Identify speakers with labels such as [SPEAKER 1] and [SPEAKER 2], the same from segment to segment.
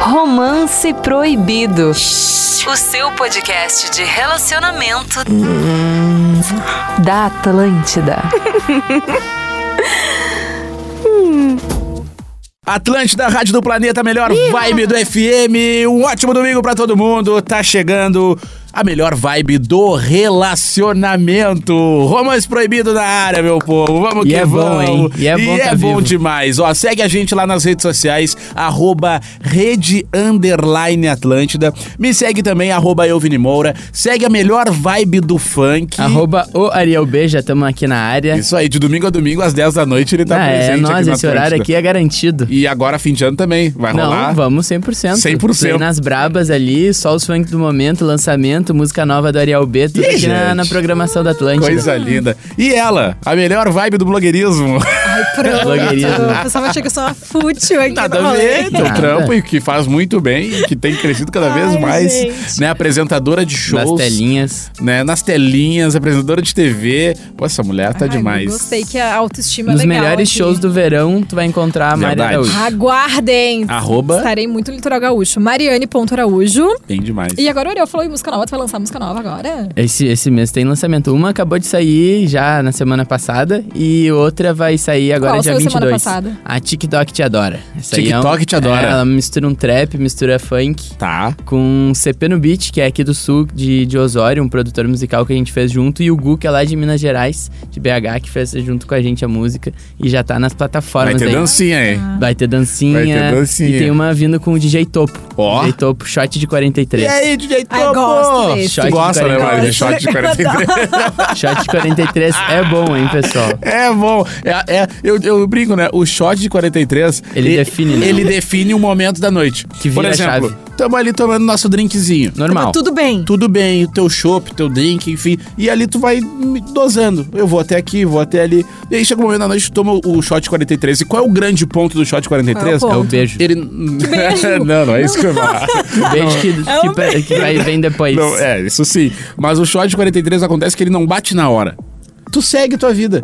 [SPEAKER 1] Romance Proibido. O seu podcast de relacionamento da Atlântida.
[SPEAKER 2] Atlântida, Rádio do Planeta, melhor vibe do FM. Um ótimo domingo pra todo mundo. Tá chegando a melhor vibe do relacionamento. Romance proibido na área, meu povo. Vamos
[SPEAKER 3] E
[SPEAKER 2] que
[SPEAKER 3] é bom,
[SPEAKER 2] vamos.
[SPEAKER 3] hein? E é bom tá vivo.
[SPEAKER 2] demais. Ó, segue a gente lá nas redes sociais, arroba rede underline Atlântida. Me segue também, arroba Elvini Moura. Segue a melhor vibe do funk.
[SPEAKER 3] Arroba o Ariel B, já estamos aqui na área.
[SPEAKER 2] Isso aí, de domingo a domingo, às 10 da noite, ele tá
[SPEAKER 3] ah,
[SPEAKER 2] presente
[SPEAKER 3] é
[SPEAKER 2] aqui
[SPEAKER 3] nós,
[SPEAKER 2] na
[SPEAKER 3] esse horário
[SPEAKER 2] Atlântida.
[SPEAKER 3] aqui é garantido.
[SPEAKER 2] E agora, fim de ano também, vai
[SPEAKER 3] Não,
[SPEAKER 2] rolar?
[SPEAKER 3] vamos 100%.
[SPEAKER 2] 100%.
[SPEAKER 3] Tô nas brabas ali, só os funk do momento, lançamento, música nova do Ariel B, tudo
[SPEAKER 2] Ih,
[SPEAKER 3] aqui na,
[SPEAKER 2] gente.
[SPEAKER 3] na programação da Atlântida.
[SPEAKER 2] Coisa linda. E ela, a melhor vibe do blogueirismo.
[SPEAKER 3] Blogueirismo.
[SPEAKER 4] O pessoal achei que eu sou uma fútil aqui. no
[SPEAKER 2] Nada a
[SPEAKER 4] rolê.
[SPEAKER 2] ver. Teu
[SPEAKER 3] Nada.
[SPEAKER 2] trampo e que faz muito bem, e que tem crescido cada vez
[SPEAKER 4] Ai,
[SPEAKER 2] mais.
[SPEAKER 4] gente.
[SPEAKER 2] Né, apresentadora de
[SPEAKER 3] Das
[SPEAKER 2] shows.
[SPEAKER 3] telinhas.
[SPEAKER 2] Né, nas telinhas, apresentadora de TV. Pô, essa mulher tá
[SPEAKER 4] Ai,
[SPEAKER 2] demais.
[SPEAKER 4] Gostei que a autoestima é
[SPEAKER 3] Nos
[SPEAKER 4] legal
[SPEAKER 3] melhores
[SPEAKER 4] aqui.
[SPEAKER 3] shows do verão, tu vai encontrar a Maria
[SPEAKER 2] Verdade.
[SPEAKER 3] Araújo.
[SPEAKER 4] Aguardem.
[SPEAKER 2] Arroba,
[SPEAKER 4] Estarei muito no litoral gaúcho. Mariane.araújo.
[SPEAKER 2] bem demais.
[SPEAKER 4] E agora o Ariel falou em música nova. Tu vai lançar música nova agora?
[SPEAKER 3] Esse, esse mês tem lançamento. Uma acabou de sair já na semana passada e outra vai sair agora
[SPEAKER 4] Qual
[SPEAKER 3] dia
[SPEAKER 4] saiu
[SPEAKER 3] 22.
[SPEAKER 4] semana passada?
[SPEAKER 3] A TikTok te adora. Essa aí é um-
[SPEAKER 2] TikTok te adora.
[SPEAKER 3] é, ela mistura um trap, mistura funk
[SPEAKER 2] Tá.
[SPEAKER 3] com CP no Beat, que é aqui do sul de, de Osório, um produtor musical que a gente fez junto, e o Gu, que é lá de Minas Gerais, de BH, que fez junto com a gente a música e já tá nas
[SPEAKER 2] Vai
[SPEAKER 3] plataformas
[SPEAKER 2] ter
[SPEAKER 3] aí.
[SPEAKER 2] dancinha aí.
[SPEAKER 4] Ah.
[SPEAKER 3] Vai ter dancinha.
[SPEAKER 2] Vai ter dancinha.
[SPEAKER 3] E tem uma vindo com o DJ Topo.
[SPEAKER 2] Ó.
[SPEAKER 3] DJ Topo, shot de 43.
[SPEAKER 2] E aí, DJ
[SPEAKER 4] Ai, gosto
[SPEAKER 2] Topo?
[SPEAKER 4] desse.
[SPEAKER 2] Tu gosta, né, Mari?
[SPEAKER 4] Gosto.
[SPEAKER 2] Shot de 43.
[SPEAKER 3] Shot de 43 é bom, hein, pessoal?
[SPEAKER 2] É bom. É, é- eu, eu brinco, né? O shot de 43.
[SPEAKER 3] Ele define, né?
[SPEAKER 2] Ele define o momento da noite.
[SPEAKER 3] Que
[SPEAKER 2] Por
[SPEAKER 3] vira a
[SPEAKER 2] exemplo,
[SPEAKER 3] chave.
[SPEAKER 2] tamo ali tomando nosso drinkzinho.
[SPEAKER 3] Normal.
[SPEAKER 4] Tá Tudo bem.
[SPEAKER 2] Tudo bem, o teu chopp, teu drink, enfim. E ali tu vai me dosando. Eu vou até aqui, vou até ali. E aí chega um momento da noite, tu toma o shot 43. E qual é o grande ponto do shot 43?
[SPEAKER 4] Qual
[SPEAKER 3] É
[SPEAKER 4] é
[SPEAKER 3] o beijo.
[SPEAKER 2] Ele.
[SPEAKER 4] beijo.
[SPEAKER 2] não, não é isso que eu ia falar.
[SPEAKER 3] O beijo que,
[SPEAKER 4] É
[SPEAKER 3] que
[SPEAKER 4] um
[SPEAKER 3] pe- que vai, vem depois.
[SPEAKER 2] Não, é, isso sim. Mas o shot 43 acontece que ele não bate na hora. Tu segue tua vida.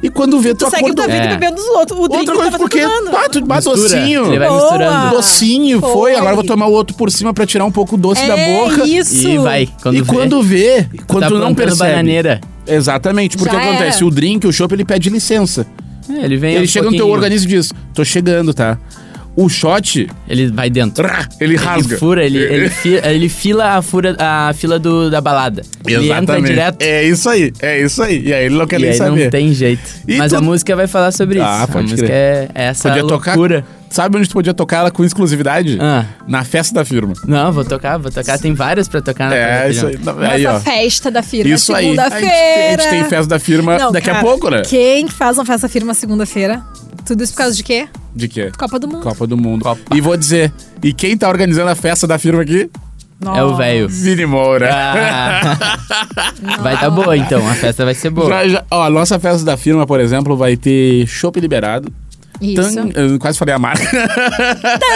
[SPEAKER 2] E quando vê, tu,
[SPEAKER 4] Tu segue
[SPEAKER 2] acorda.
[SPEAKER 4] tua vida
[SPEAKER 3] É.
[SPEAKER 4] bebendo os outros. O drink
[SPEAKER 2] Outra
[SPEAKER 4] que
[SPEAKER 2] coisa,
[SPEAKER 4] tava
[SPEAKER 2] porque.
[SPEAKER 4] tomando.
[SPEAKER 2] Ah, tu bate
[SPEAKER 3] Mistura,
[SPEAKER 2] docinho.
[SPEAKER 3] Ele vai
[SPEAKER 4] Boa.
[SPEAKER 3] misturando.
[SPEAKER 2] Docinho, foi.
[SPEAKER 4] Foi.
[SPEAKER 2] Agora eu vou tomar o outro por cima pra tirar um pouco o doce da boca.
[SPEAKER 4] É isso.
[SPEAKER 3] E vai. Quando
[SPEAKER 2] e
[SPEAKER 3] vê,
[SPEAKER 2] quando vê, quando
[SPEAKER 3] tá
[SPEAKER 2] tu não
[SPEAKER 3] plantando
[SPEAKER 2] percebe.
[SPEAKER 3] bananeira.
[SPEAKER 2] Exatamente, porque
[SPEAKER 4] Já
[SPEAKER 2] acontece,
[SPEAKER 4] era.
[SPEAKER 2] o drink, o chopp, ele pede licença.
[SPEAKER 3] É, ele vem
[SPEAKER 2] ele
[SPEAKER 3] um
[SPEAKER 2] chega no teu
[SPEAKER 3] pouquinho.
[SPEAKER 2] organismo e diz: "Tô chegando, tá?" O shot,
[SPEAKER 3] Ele vai dentro.
[SPEAKER 2] trá, ele rasga.
[SPEAKER 3] Ele fura, ele, ele, fi- ele fila a, fura, a fila do, da balada. Ele entra
[SPEAKER 2] Exatamente.
[SPEAKER 3] direto.
[SPEAKER 2] É isso aí, é isso aí. E aí ele não quer
[SPEAKER 3] E
[SPEAKER 2] nem
[SPEAKER 3] aí
[SPEAKER 2] saber.
[SPEAKER 3] não tem jeito.
[SPEAKER 2] E
[SPEAKER 3] Mas a
[SPEAKER 2] tu-
[SPEAKER 3] música vai falar sobre
[SPEAKER 2] Ah,
[SPEAKER 3] isso. A
[SPEAKER 2] pode
[SPEAKER 3] música
[SPEAKER 2] crer.
[SPEAKER 3] é é essa
[SPEAKER 2] Podia tocar.
[SPEAKER 3] loucura.
[SPEAKER 2] Sabe onde tu podia tocar ela com exclusividade?
[SPEAKER 3] Ah.
[SPEAKER 2] Na festa da firma.
[SPEAKER 3] Não, vou tocar, vou tocar. Tem várias pra tocar na
[SPEAKER 2] É,
[SPEAKER 3] casa,
[SPEAKER 2] isso aí.
[SPEAKER 3] filhão.
[SPEAKER 2] Não,
[SPEAKER 4] Nossa
[SPEAKER 2] Aí, ó.
[SPEAKER 4] festa da firma.
[SPEAKER 2] Isso aí. A gente, a
[SPEAKER 4] Segunda-feira.
[SPEAKER 2] gente tem festa da firma
[SPEAKER 4] Não,
[SPEAKER 2] daqui a
[SPEAKER 4] cara,
[SPEAKER 2] pouco, né?
[SPEAKER 4] Quem que faz uma festa da firma segunda-feira? Tudo isso por causa de quê?
[SPEAKER 2] De quê?
[SPEAKER 4] Copa do Mundo.
[SPEAKER 2] Copa do Mundo. E vou dizer, e quem tá organizando a festa da firma aqui?
[SPEAKER 3] É o velho.
[SPEAKER 2] Vini Moura.
[SPEAKER 3] Ah. vai dar boa então, a festa vai ser boa.
[SPEAKER 2] Já, já- ó, a nossa festa da firma, por exemplo, vai ter chopp liberado.
[SPEAKER 4] Isso.
[SPEAKER 2] Tan- eu quase falei a marca.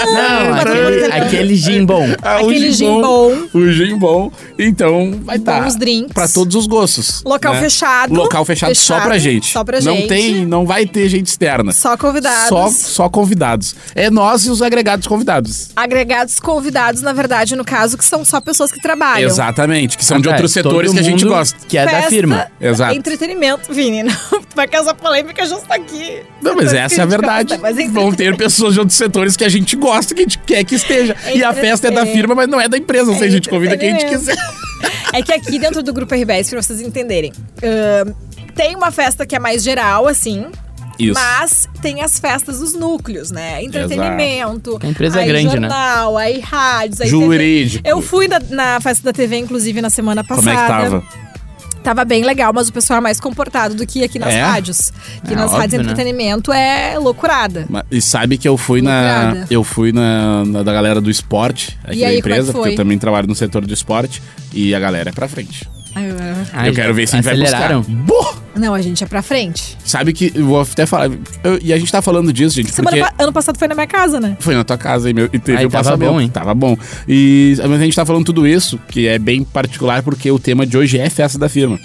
[SPEAKER 3] Não, Ah, aquele, aquele gin bom.
[SPEAKER 2] Ah, o
[SPEAKER 4] Aquele gin bom.
[SPEAKER 2] O gin bom. Então, vai estar.
[SPEAKER 4] Bons drinks.
[SPEAKER 2] Pra todos os gostos.
[SPEAKER 4] Local
[SPEAKER 2] né?
[SPEAKER 4] fechado.
[SPEAKER 2] Local fechado, só pra gente.
[SPEAKER 4] Só pra
[SPEAKER 2] Não
[SPEAKER 4] gente.
[SPEAKER 2] tem, não vai ter gente externa.
[SPEAKER 4] Só convidados.
[SPEAKER 2] Só, só convidados. É nós e os agregados convidados.
[SPEAKER 4] Agregados convidados, na verdade, no caso, que são só pessoas que trabalham.
[SPEAKER 2] Exatamente, que são um de
[SPEAKER 3] Ah,
[SPEAKER 2] outros
[SPEAKER 3] é, todo
[SPEAKER 2] setores que a gente
[SPEAKER 3] mundo
[SPEAKER 2] gosta.
[SPEAKER 3] Que é da
[SPEAKER 4] Festa
[SPEAKER 3] firma.
[SPEAKER 2] Exato.
[SPEAKER 4] É entretenimento, Vini. Não vai causar polêmica justo aqui.
[SPEAKER 2] Não, mas
[SPEAKER 4] Setores
[SPEAKER 2] essa
[SPEAKER 4] que
[SPEAKER 2] é a
[SPEAKER 4] gente
[SPEAKER 2] verdade.
[SPEAKER 4] gosta, mas entre-
[SPEAKER 2] Vão ter pessoas de outros setores que a gente gosta, que a gente quer que esteja.
[SPEAKER 4] É
[SPEAKER 2] e a festa é da
[SPEAKER 4] entretenimento.
[SPEAKER 2] firma, mas não é da empresa. Se a gente convida quem a gente quiser.
[SPEAKER 4] entretenimento. É que aqui dentro do grupo RBS, pra vocês entenderem, ahn, tem uma festa que é mais geral, assim.
[SPEAKER 2] Isso.
[SPEAKER 4] Mas tem as festas dos núcleos, né? Entretenimento.
[SPEAKER 3] A empresa é
[SPEAKER 4] aí
[SPEAKER 3] grande, né?
[SPEAKER 4] jornal, Aí rádios, aí
[SPEAKER 2] Jurídico.
[SPEAKER 4] TV. Eu fui na, na festa da TV, inclusive, na semana passada.
[SPEAKER 2] Como é que tava?
[SPEAKER 4] Tava bem legal, mas o pessoal é mais comportado do que aqui nas
[SPEAKER 2] É?
[SPEAKER 4] rádios. Que
[SPEAKER 3] É,
[SPEAKER 4] nas rádios
[SPEAKER 3] óbvio, né?
[SPEAKER 4] entretenimento é loucurada.
[SPEAKER 2] Ma- E sabe que eu fui na.
[SPEAKER 4] Lucrada.
[SPEAKER 2] Eu fui na, na da galera do esporte aqui
[SPEAKER 4] E
[SPEAKER 2] da
[SPEAKER 4] aí, como é
[SPEAKER 2] empresa,
[SPEAKER 4] que
[SPEAKER 2] porque eu
[SPEAKER 4] foi?
[SPEAKER 2] também trabalho no setor do esporte. E a galera é pra frente.
[SPEAKER 4] Ai, eu-
[SPEAKER 3] Ah,
[SPEAKER 2] eu quero ver se a gente vai buscar.
[SPEAKER 3] aceleraram.
[SPEAKER 2] Boa!
[SPEAKER 4] Não, a gente é pra frente.
[SPEAKER 2] Sabe que, eu vou até falar, eu- e a gente tá falando disso, gente,
[SPEAKER 4] Semana
[SPEAKER 2] porque...
[SPEAKER 4] pa- Ano passado foi na minha casa, né?
[SPEAKER 2] Foi na tua casa e, meu, e teve
[SPEAKER 3] Aí
[SPEAKER 2] o
[SPEAKER 3] tava
[SPEAKER 2] passamento.
[SPEAKER 3] bom, hein?
[SPEAKER 2] Tava bom. E mas a gente tá falando tudo isso, que é bem particular, porque o tema de hoje é festa da firma.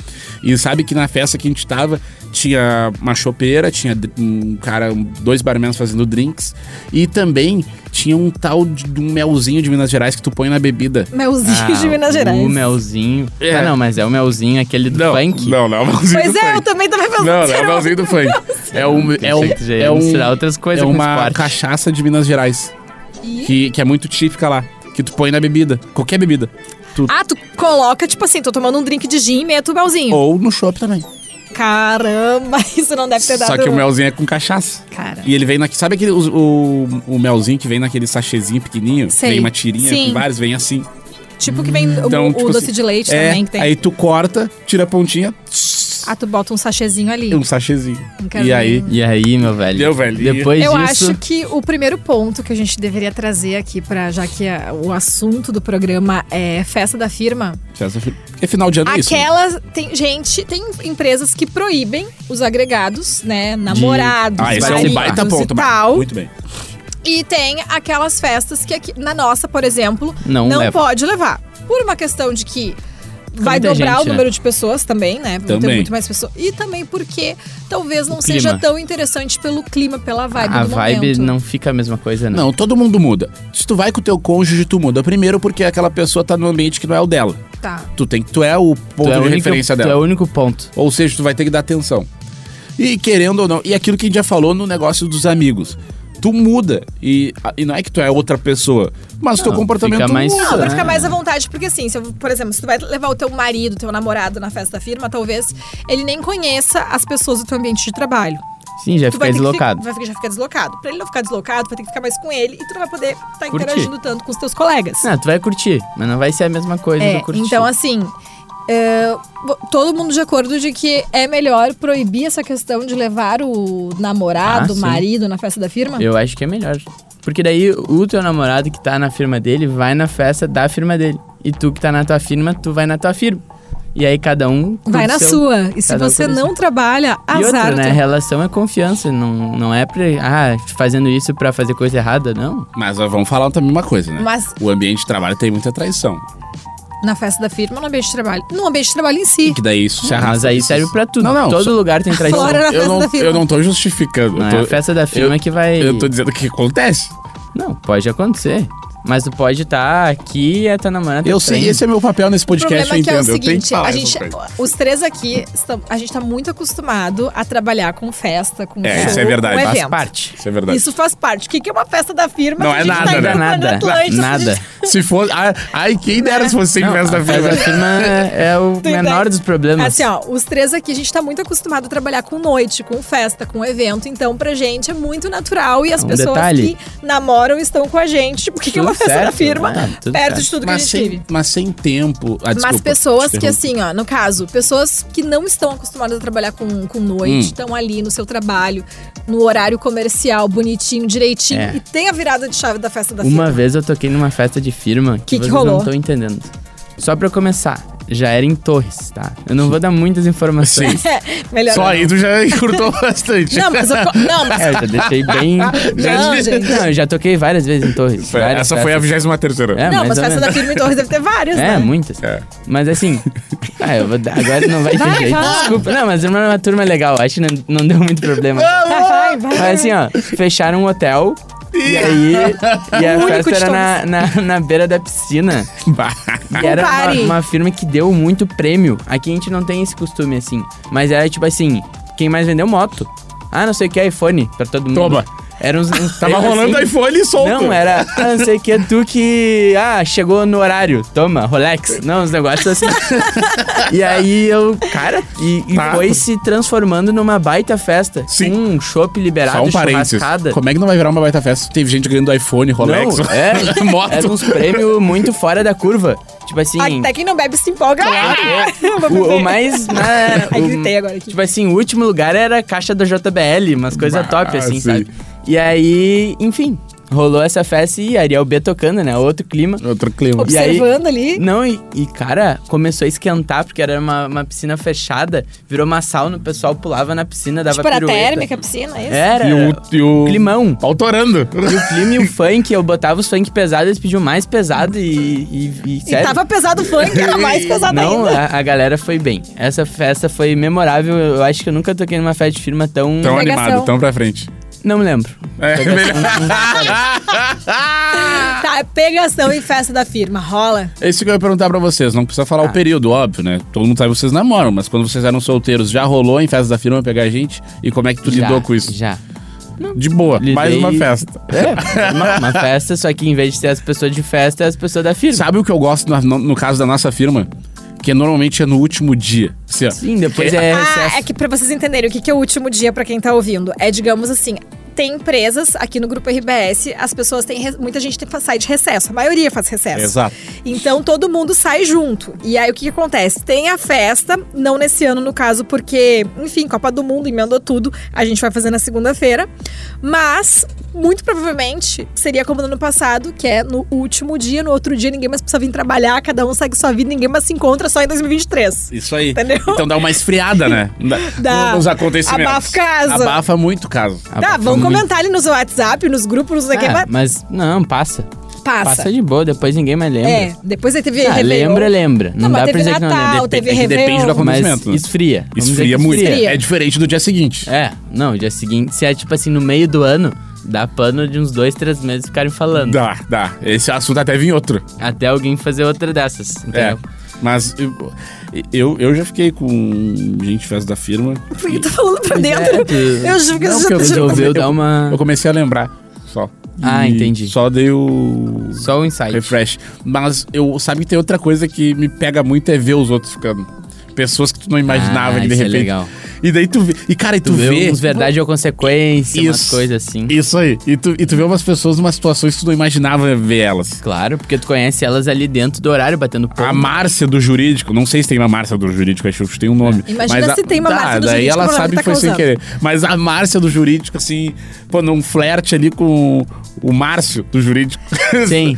[SPEAKER 2] E sabe que na festa que a gente tava, tinha uma chopeira, tinha dr- um cara, um- dois barmenos fazendo drinks, e também tinha um tal de, de um melzinho de Minas Gerais que tu põe na bebida. Ah,
[SPEAKER 4] Melzinho de Minas Gerais.
[SPEAKER 3] Ah, O melzinho.
[SPEAKER 2] É.
[SPEAKER 3] Ah, não, mas é o melzinho aquele do
[SPEAKER 2] não,
[SPEAKER 3] funk.
[SPEAKER 2] Não, não, é o melzinho
[SPEAKER 4] Pois
[SPEAKER 2] do
[SPEAKER 4] é, eu
[SPEAKER 2] funk.
[SPEAKER 4] também tava
[SPEAKER 2] Não,
[SPEAKER 4] pensando.
[SPEAKER 2] não é o
[SPEAKER 4] sério.
[SPEAKER 2] melzinho do funk. É um. É um.
[SPEAKER 3] Gente, já ia
[SPEAKER 2] É, um,
[SPEAKER 3] misturar outras coisas
[SPEAKER 2] é
[SPEAKER 3] com
[SPEAKER 2] uma
[SPEAKER 3] esporte.
[SPEAKER 2] cachaça de Minas Gerais.
[SPEAKER 4] E-
[SPEAKER 2] que, que é muito típica lá. Que tu põe na bebida. Qualquer bebida. Tu-
[SPEAKER 4] Ah, tu coloca, tipo assim, tô tomando um drink de gin e meto o melzinho.
[SPEAKER 2] Ou no shopping também.
[SPEAKER 4] Caramba, isso não deve ter dado.
[SPEAKER 2] Oh. Só que o melzinho é com cachaça.
[SPEAKER 4] Cara.
[SPEAKER 2] E ele vem naquele. Sabe aquele, os- o, o melzinho que vem naquele sachezinho pequenininho?
[SPEAKER 4] Sei.
[SPEAKER 2] Vem uma tirinha
[SPEAKER 4] Sim.
[SPEAKER 2] com vários, vem assim.
[SPEAKER 4] Tipo que vem o-
[SPEAKER 2] Então,
[SPEAKER 4] o,
[SPEAKER 2] tipo
[SPEAKER 4] doce
[SPEAKER 2] assim,
[SPEAKER 4] de leite
[SPEAKER 2] é,
[SPEAKER 4] também que tem.
[SPEAKER 2] Aí tu corta, tira a pontinha,
[SPEAKER 4] Ah, tu bota um sachêzinho ali.
[SPEAKER 2] um sachezinho.
[SPEAKER 4] Não quero
[SPEAKER 2] E aí.
[SPEAKER 3] E aí, meu velho?
[SPEAKER 2] Meu velho.
[SPEAKER 3] Depois
[SPEAKER 4] Eu
[SPEAKER 3] disso.
[SPEAKER 4] acho que o primeiro ponto que a gente deveria trazer aqui para já que a- o assunto do programa é festa da firma.
[SPEAKER 2] Festa- Porque final de ano é isso. né?
[SPEAKER 4] Aquelas tem gente, tem empresas que proíbem os agregados, né, namorados,
[SPEAKER 2] Ah, esse é um
[SPEAKER 4] maridos
[SPEAKER 2] baita ponto,
[SPEAKER 4] e
[SPEAKER 2] Marcos.
[SPEAKER 4] tal.
[SPEAKER 2] Muito bem.
[SPEAKER 4] E tem aquelas festas que aqui, na nossa, por exemplo,
[SPEAKER 3] Não leva.
[SPEAKER 4] pode levar. Por uma questão de que vai
[SPEAKER 3] muita
[SPEAKER 4] dobrar
[SPEAKER 3] gente,
[SPEAKER 4] o
[SPEAKER 3] né?
[SPEAKER 4] número de pessoas também, né? Vão ter
[SPEAKER 2] Também.
[SPEAKER 4] muito mais pessoas. E também porque talvez não
[SPEAKER 3] O
[SPEAKER 4] seja
[SPEAKER 3] clima.
[SPEAKER 4] tão interessante pelo clima, pela vibe
[SPEAKER 3] a
[SPEAKER 4] do
[SPEAKER 3] vibe
[SPEAKER 4] momento.
[SPEAKER 3] não fica a mesma coisa, não.
[SPEAKER 2] Não, todo mundo muda. Se tu vai com o teu cônjuge, tu muda. Primeiro porque aquela pessoa tá num ambiente que não é o dela.
[SPEAKER 4] Tá.
[SPEAKER 2] Tu tem tu é o
[SPEAKER 3] Tu
[SPEAKER 2] ponto
[SPEAKER 3] é a
[SPEAKER 2] de
[SPEAKER 3] única-
[SPEAKER 2] referência
[SPEAKER 3] Tu é
[SPEAKER 2] dela.
[SPEAKER 3] o único ponto.
[SPEAKER 2] Ou seja, tu vai ter que dar atenção. E querendo ou não, e aquilo que a gente já falou no negócio dos amigos. Tu muda. E, e não é que tu é outra pessoa, mas teu
[SPEAKER 3] Não, é.
[SPEAKER 2] comportamento
[SPEAKER 3] fica mais-
[SPEAKER 2] muda.
[SPEAKER 4] Não, pra
[SPEAKER 3] Claro.
[SPEAKER 4] ficar mais à vontade, porque assim, se eu- por exemplo, se tu vai levar o teu marido, teu namorado na festa da firma, talvez ele nem conheça as pessoas do teu ambiente de trabalho.
[SPEAKER 3] Sim, já
[SPEAKER 4] tu
[SPEAKER 3] fica
[SPEAKER 4] vai ter que
[SPEAKER 3] deslocado.
[SPEAKER 4] fi- vai ficar- já ficar deslocado. Pra ele não ficar deslocado, vai ter que ficar mais com ele e tu não vai poder estar
[SPEAKER 3] Curtir.
[SPEAKER 4] interagindo tanto com os teus colegas.
[SPEAKER 3] Não, tu vai curtir, mas não vai ser a mesma coisa
[SPEAKER 4] É,
[SPEAKER 3] do curtir.
[SPEAKER 4] então assim. é, vo- todo mundo de acordo de que é melhor proibir essa questão de levar o namorado,
[SPEAKER 3] Ah,
[SPEAKER 4] o
[SPEAKER 3] sim.
[SPEAKER 4] marido na festa da firma?
[SPEAKER 3] Eu acho que é melhor. Porque daí o teu namorado que tá na firma dele vai na festa da firma dele. E tu que tá na tua firma, tu vai na tua firma. E aí cada um. curte
[SPEAKER 4] Vai na
[SPEAKER 3] seu-
[SPEAKER 4] sua. E se
[SPEAKER 3] cada um
[SPEAKER 4] você
[SPEAKER 3] por isso.
[SPEAKER 4] não trabalha,
[SPEAKER 3] E outra,
[SPEAKER 4] azar.
[SPEAKER 3] né?
[SPEAKER 4] teu.
[SPEAKER 3] Relação é confiança. Não, não é pra. Ah, fazendo isso pra fazer coisa errada, não.
[SPEAKER 2] Mas ó, vamos falar também uma coisa, né?
[SPEAKER 4] Mas
[SPEAKER 2] O ambiente de trabalho tem muita traição.
[SPEAKER 4] na festa da firma, no ambiente de trabalho. No ambiente de trabalho em si.
[SPEAKER 2] Que daí isso se arrasta.
[SPEAKER 3] Mas aí serve pra tudo.
[SPEAKER 2] Não, não,
[SPEAKER 3] Todo
[SPEAKER 2] só-
[SPEAKER 3] lugar tem traição.
[SPEAKER 4] Fora da
[SPEAKER 2] Eu
[SPEAKER 4] festa
[SPEAKER 2] não,
[SPEAKER 4] da firma.
[SPEAKER 2] eu não tô justificando.
[SPEAKER 3] Não
[SPEAKER 2] eu tô,
[SPEAKER 3] é a festa da firma que vai.
[SPEAKER 2] eu tô dizendo que acontece.
[SPEAKER 3] Não, pode acontecer. Mas tu pode estar aqui e a tua namorada.
[SPEAKER 2] Eu
[SPEAKER 3] tá
[SPEAKER 2] sei,
[SPEAKER 3] traindo.
[SPEAKER 2] esse é meu papel nesse
[SPEAKER 4] O
[SPEAKER 2] podcast,
[SPEAKER 4] problema
[SPEAKER 2] eu
[SPEAKER 4] é que é o
[SPEAKER 2] entendo. eu tenho que
[SPEAKER 4] seguinte,
[SPEAKER 2] falar
[SPEAKER 4] a
[SPEAKER 2] essas
[SPEAKER 4] gente,
[SPEAKER 2] coisas.
[SPEAKER 4] os três aqui, estão, a gente tá muito acostumado a trabalhar com festa, com
[SPEAKER 2] É,
[SPEAKER 4] show,
[SPEAKER 2] isso é verdade,
[SPEAKER 4] com
[SPEAKER 2] faz
[SPEAKER 4] evento.
[SPEAKER 3] Parte.
[SPEAKER 2] Isso é verdade.
[SPEAKER 4] Isso faz parte. O que que é uma festa da firma?
[SPEAKER 2] Não
[SPEAKER 4] que a
[SPEAKER 2] é
[SPEAKER 4] gente
[SPEAKER 2] nada,
[SPEAKER 4] tá
[SPEAKER 2] né?
[SPEAKER 4] gravando
[SPEAKER 3] Nada,
[SPEAKER 4] Atlântico,
[SPEAKER 3] nada.
[SPEAKER 4] a gente-
[SPEAKER 2] Se fosse. ah, Ai, quem dera se fosse sem
[SPEAKER 3] Não,
[SPEAKER 2] festa da
[SPEAKER 3] a festa
[SPEAKER 2] firma.
[SPEAKER 3] da firma é é o
[SPEAKER 4] Tu entende?
[SPEAKER 3] menor dos problemas.
[SPEAKER 4] Assim, ó, os três aqui, a gente tá muito acostumado a trabalhar com noite, com festa, com evento. Então, pra gente é muito natural. E as
[SPEAKER 3] Um
[SPEAKER 4] pessoas
[SPEAKER 3] detalhe.
[SPEAKER 4] que namoram estão com a gente. Tipo, o que, que é uma
[SPEAKER 3] Tudo
[SPEAKER 4] festa da
[SPEAKER 3] certo,
[SPEAKER 4] firma?
[SPEAKER 3] né? Tudo
[SPEAKER 4] Perto
[SPEAKER 3] certo.
[SPEAKER 4] de tudo que a
[SPEAKER 2] mas,
[SPEAKER 4] gente
[SPEAKER 2] sem,
[SPEAKER 4] vive.
[SPEAKER 2] mas sem tempo. Ah, desculpa,
[SPEAKER 4] Mas pessoas
[SPEAKER 2] te
[SPEAKER 4] que,
[SPEAKER 2] interrompo.
[SPEAKER 4] assim, ó, no caso, pessoas que não estão acostumadas a trabalhar com, com
[SPEAKER 3] Hum.
[SPEAKER 4] noite, estão ali no seu trabalho, no horário comercial, bonitinho, direitinho,
[SPEAKER 3] É.
[SPEAKER 4] e tem a virada de chave da festa da
[SPEAKER 3] Uma
[SPEAKER 4] firma.
[SPEAKER 3] vez eu toquei numa festa de firma que,
[SPEAKER 4] assim, tipo- Que que
[SPEAKER 3] vocês
[SPEAKER 4] rolou?
[SPEAKER 3] não estão entendendo. Só pra começar, já era em Torres, tá? Eu não vou dar muitas informações.
[SPEAKER 4] Melhor.
[SPEAKER 2] Só
[SPEAKER 4] não.
[SPEAKER 2] aí tu já encurtou bastante.
[SPEAKER 4] Não, mas eu. co- Não, mas.
[SPEAKER 3] É, eu já deixei bem.
[SPEAKER 4] Não,
[SPEAKER 3] bem-
[SPEAKER 4] gente.
[SPEAKER 3] Não, eu já toquei várias vezes em Torres.
[SPEAKER 2] Foi-
[SPEAKER 3] várias
[SPEAKER 2] essa foi a
[SPEAKER 3] festas.
[SPEAKER 2] 23 terceira.
[SPEAKER 3] É,
[SPEAKER 4] não,
[SPEAKER 3] mais
[SPEAKER 4] mas
[SPEAKER 3] ou
[SPEAKER 4] festa da
[SPEAKER 3] menos.
[SPEAKER 4] firma em Torres deve ter várias,
[SPEAKER 3] É,
[SPEAKER 4] né?
[SPEAKER 3] muitas.
[SPEAKER 2] É.
[SPEAKER 3] Mas assim. ah, eu vou dar- agora não vai ter
[SPEAKER 4] Vai,
[SPEAKER 3] jeito.
[SPEAKER 4] vai.
[SPEAKER 3] Desculpa. Não, mas era uma turma legal. Acho que não, não deu muito problema.
[SPEAKER 4] Vai, vai, vai.
[SPEAKER 3] Mas assim, ó, fecharam um hotel. E aí, e a
[SPEAKER 4] O único
[SPEAKER 3] festa
[SPEAKER 4] de
[SPEAKER 3] era na,
[SPEAKER 4] todos.
[SPEAKER 3] na, na beira da piscina.
[SPEAKER 2] Bah.
[SPEAKER 3] E era uma,
[SPEAKER 4] Um party.
[SPEAKER 3] uma firma que deu muito prêmio. Aqui a gente não tem esse costume, assim. Mas era tipo assim, quem mais vendeu moto. Ah, não sei o que, iPhone, pra todo mundo.
[SPEAKER 2] Toma.
[SPEAKER 3] Era uns, uns
[SPEAKER 2] Tava
[SPEAKER 3] prêmios,
[SPEAKER 2] rolando
[SPEAKER 3] assim.
[SPEAKER 2] iPhone solto.
[SPEAKER 3] Não, era, ah, não sei o que, tu que. Ah, chegou no horário. Toma, Rolex. Não, os negócios assim. e aí eu, cara, e, e
[SPEAKER 2] Tá.
[SPEAKER 3] foi se transformando numa baita festa.
[SPEAKER 2] Sim.
[SPEAKER 3] Com um chopp liberado,
[SPEAKER 2] Só um parênteses.
[SPEAKER 3] churrascada.
[SPEAKER 2] Como é que não vai virar uma baita festa? Teve gente ganhando iPhone, Rolex,
[SPEAKER 3] Não, é,
[SPEAKER 2] moto.
[SPEAKER 3] Era uns prêmios muito fora da curva. Tipo assim.
[SPEAKER 4] Até quem não bebe se empolga. Ah, Vou
[SPEAKER 3] é. O, o
[SPEAKER 4] beber.
[SPEAKER 3] mais. na-
[SPEAKER 4] Aí
[SPEAKER 3] o-
[SPEAKER 4] gritei agora aqui.
[SPEAKER 3] Tipo assim, o último lugar era a caixa da JBL, umas coisas
[SPEAKER 2] Bah,
[SPEAKER 3] top, assim,
[SPEAKER 2] sim.
[SPEAKER 3] sabe? E aí, enfim. rolou essa festa e Ariel B tocando, né? Outro clima.
[SPEAKER 2] Outro clima.
[SPEAKER 3] E aí-
[SPEAKER 4] Observando ali.
[SPEAKER 3] Não, e, e, cara, começou a esquentar, porque era uma, uma piscina fechada, virou uma sauna, o pessoal pulava na piscina, dava
[SPEAKER 4] tipo, era
[SPEAKER 3] pirueta.
[SPEAKER 4] térmica a piscina, é isso?
[SPEAKER 3] Era.
[SPEAKER 2] E o, e o...
[SPEAKER 3] Climão.
[SPEAKER 2] Pau torando.
[SPEAKER 3] E o clima e o funk, eu botava os funk pesados, eles pediam mais pesado e. E, e,
[SPEAKER 4] E tava pesado o funk, era mais pesado
[SPEAKER 3] Não, é.
[SPEAKER 4] ainda.
[SPEAKER 3] a, a galera foi bem. Essa festa foi memorável. Eu acho que eu nunca toquei numa festa de firma tão.
[SPEAKER 2] Tão
[SPEAKER 4] Pegação.
[SPEAKER 2] animado, tão pra frente.
[SPEAKER 3] Não me lembro.
[SPEAKER 2] É, um,
[SPEAKER 4] Tá, pegação e festa da firma, rola.
[SPEAKER 2] Esse que eu ia perguntar pra vocês, não precisa
[SPEAKER 3] Ah.
[SPEAKER 2] falar o período, óbvio, né? Todo mundo sabe que vocês namoram, mas quando vocês eram solteiros, já rolou em festa da firma pegar a gente? E como é que tu
[SPEAKER 3] Já,
[SPEAKER 2] lidou com isso?
[SPEAKER 3] Já.
[SPEAKER 2] De boa,
[SPEAKER 3] Lidei-
[SPEAKER 2] mais uma festa.
[SPEAKER 3] É, uma, uma festa, só que em vez de ser as pessoas de festa, é as pessoas da firma.
[SPEAKER 2] Sabe o que eu gosto na- no, no caso da nossa firma? Que normalmente é no último dia. Assim, ó.
[SPEAKER 3] Sim, depois é recesso.
[SPEAKER 4] Ah, é que pra vocês entenderem o que, que é o último dia pra quem tá ouvindo. É, digamos assim, tem empresas aqui no grupo RBS, as pessoas têm. re- Muita gente tem- sai de recesso, a maioria faz recesso.
[SPEAKER 2] Exato.
[SPEAKER 4] Então todo mundo sai junto. E aí o que, que acontece? Tem a festa, não nesse ano no caso, porque, enfim, Copa do Mundo emendou tudo, a gente vai fazer na segunda-feira. Mas, muito provavelmente, seria como no ano passado, que é no último dia, no outro dia ninguém mais precisa vir trabalhar, cada um segue sua vida, ninguém mais se encontra só em 2023.
[SPEAKER 2] Isso aí.
[SPEAKER 4] Entendeu?
[SPEAKER 2] Então dá uma esfriada, né?
[SPEAKER 4] Dá.
[SPEAKER 2] Nos acontecimentos.
[SPEAKER 4] Abafa o caso.
[SPEAKER 2] Abafa muito caso.
[SPEAKER 4] Tá, vão comentar ali nos WhatsApp, nos grupos, nos aqui,
[SPEAKER 3] Ah,
[SPEAKER 4] mas
[SPEAKER 3] mas não, passa.
[SPEAKER 4] passa.
[SPEAKER 3] Passa de boa, depois ninguém mais lembra.
[SPEAKER 4] É, depois aí teve
[SPEAKER 3] Ah,
[SPEAKER 4] Réveillon.
[SPEAKER 3] lembra, lembra. Não,
[SPEAKER 4] Não, mas
[SPEAKER 3] dá pra
[SPEAKER 4] teve
[SPEAKER 3] dizer que não
[SPEAKER 4] Natal,
[SPEAKER 3] lembra.
[SPEAKER 4] teve
[SPEAKER 2] é que depende
[SPEAKER 4] Réveillon.
[SPEAKER 2] do acon-
[SPEAKER 3] Mas
[SPEAKER 2] acontecimento, né?
[SPEAKER 3] esfria. Vamos dizer que
[SPEAKER 2] Esfria muito.
[SPEAKER 4] esfria.
[SPEAKER 2] É diferente do dia seguinte.
[SPEAKER 3] É, não, dia seguinte, se é tipo assim, no meio do ano, dá pano de uns dois, três meses ficarem falando.
[SPEAKER 2] Dá, dá. Esse assunto até vir outro.
[SPEAKER 3] Até alguém fazer outra dessas.
[SPEAKER 2] É.
[SPEAKER 3] entendeu?
[SPEAKER 2] Mas eu, eu, eu já fiquei com gente de festa da firma.
[SPEAKER 4] Por que tu tá falando pra
[SPEAKER 3] Pois
[SPEAKER 4] dentro?
[SPEAKER 3] é, tu-
[SPEAKER 4] Eu juro que tá
[SPEAKER 2] Não,
[SPEAKER 4] eu
[SPEAKER 2] porque
[SPEAKER 4] já
[SPEAKER 2] eu
[SPEAKER 4] juro-
[SPEAKER 2] resolvi-
[SPEAKER 3] Resolveu dar uma.
[SPEAKER 2] Eu comecei a lembrar só.
[SPEAKER 3] Ah,
[SPEAKER 2] E
[SPEAKER 3] entendi.
[SPEAKER 2] Só dei o.
[SPEAKER 3] Só o insight.
[SPEAKER 2] Refresh. Mas eu sabe que tem outra coisa que me pega muito é ver os outros ficando. Pessoas que tu não imaginava
[SPEAKER 3] Ah,
[SPEAKER 2] que de
[SPEAKER 3] isso é
[SPEAKER 2] repente.
[SPEAKER 3] legal.
[SPEAKER 2] E daí tu vê. E cara, e tu,
[SPEAKER 3] Tu
[SPEAKER 2] vê.
[SPEAKER 3] vê uns verdade ou consequência, umas
[SPEAKER 2] Isso.
[SPEAKER 3] coisas assim.
[SPEAKER 2] Isso aí. E tu, e tu vê umas pessoas numa situação que tu não imaginava ver elas.
[SPEAKER 3] Claro, porque tu conhece elas ali dentro do horário, batendo
[SPEAKER 2] A
[SPEAKER 3] palma.
[SPEAKER 2] Márcia do Jurídico, não sei se tem uma Márcia do Jurídico, acho que tem um nome.
[SPEAKER 4] Imagina
[SPEAKER 2] mas a-
[SPEAKER 4] se tem uma
[SPEAKER 2] tá,
[SPEAKER 4] Márcia do
[SPEAKER 2] daí
[SPEAKER 4] Jurídico,
[SPEAKER 2] ela sabe que
[SPEAKER 4] provavelmente tá
[SPEAKER 2] foi sem
[SPEAKER 4] causando.
[SPEAKER 2] querer. Mas a Márcia do Jurídico, assim, pô, num flerte ali com o Márcio do Jurídico.
[SPEAKER 3] Sim,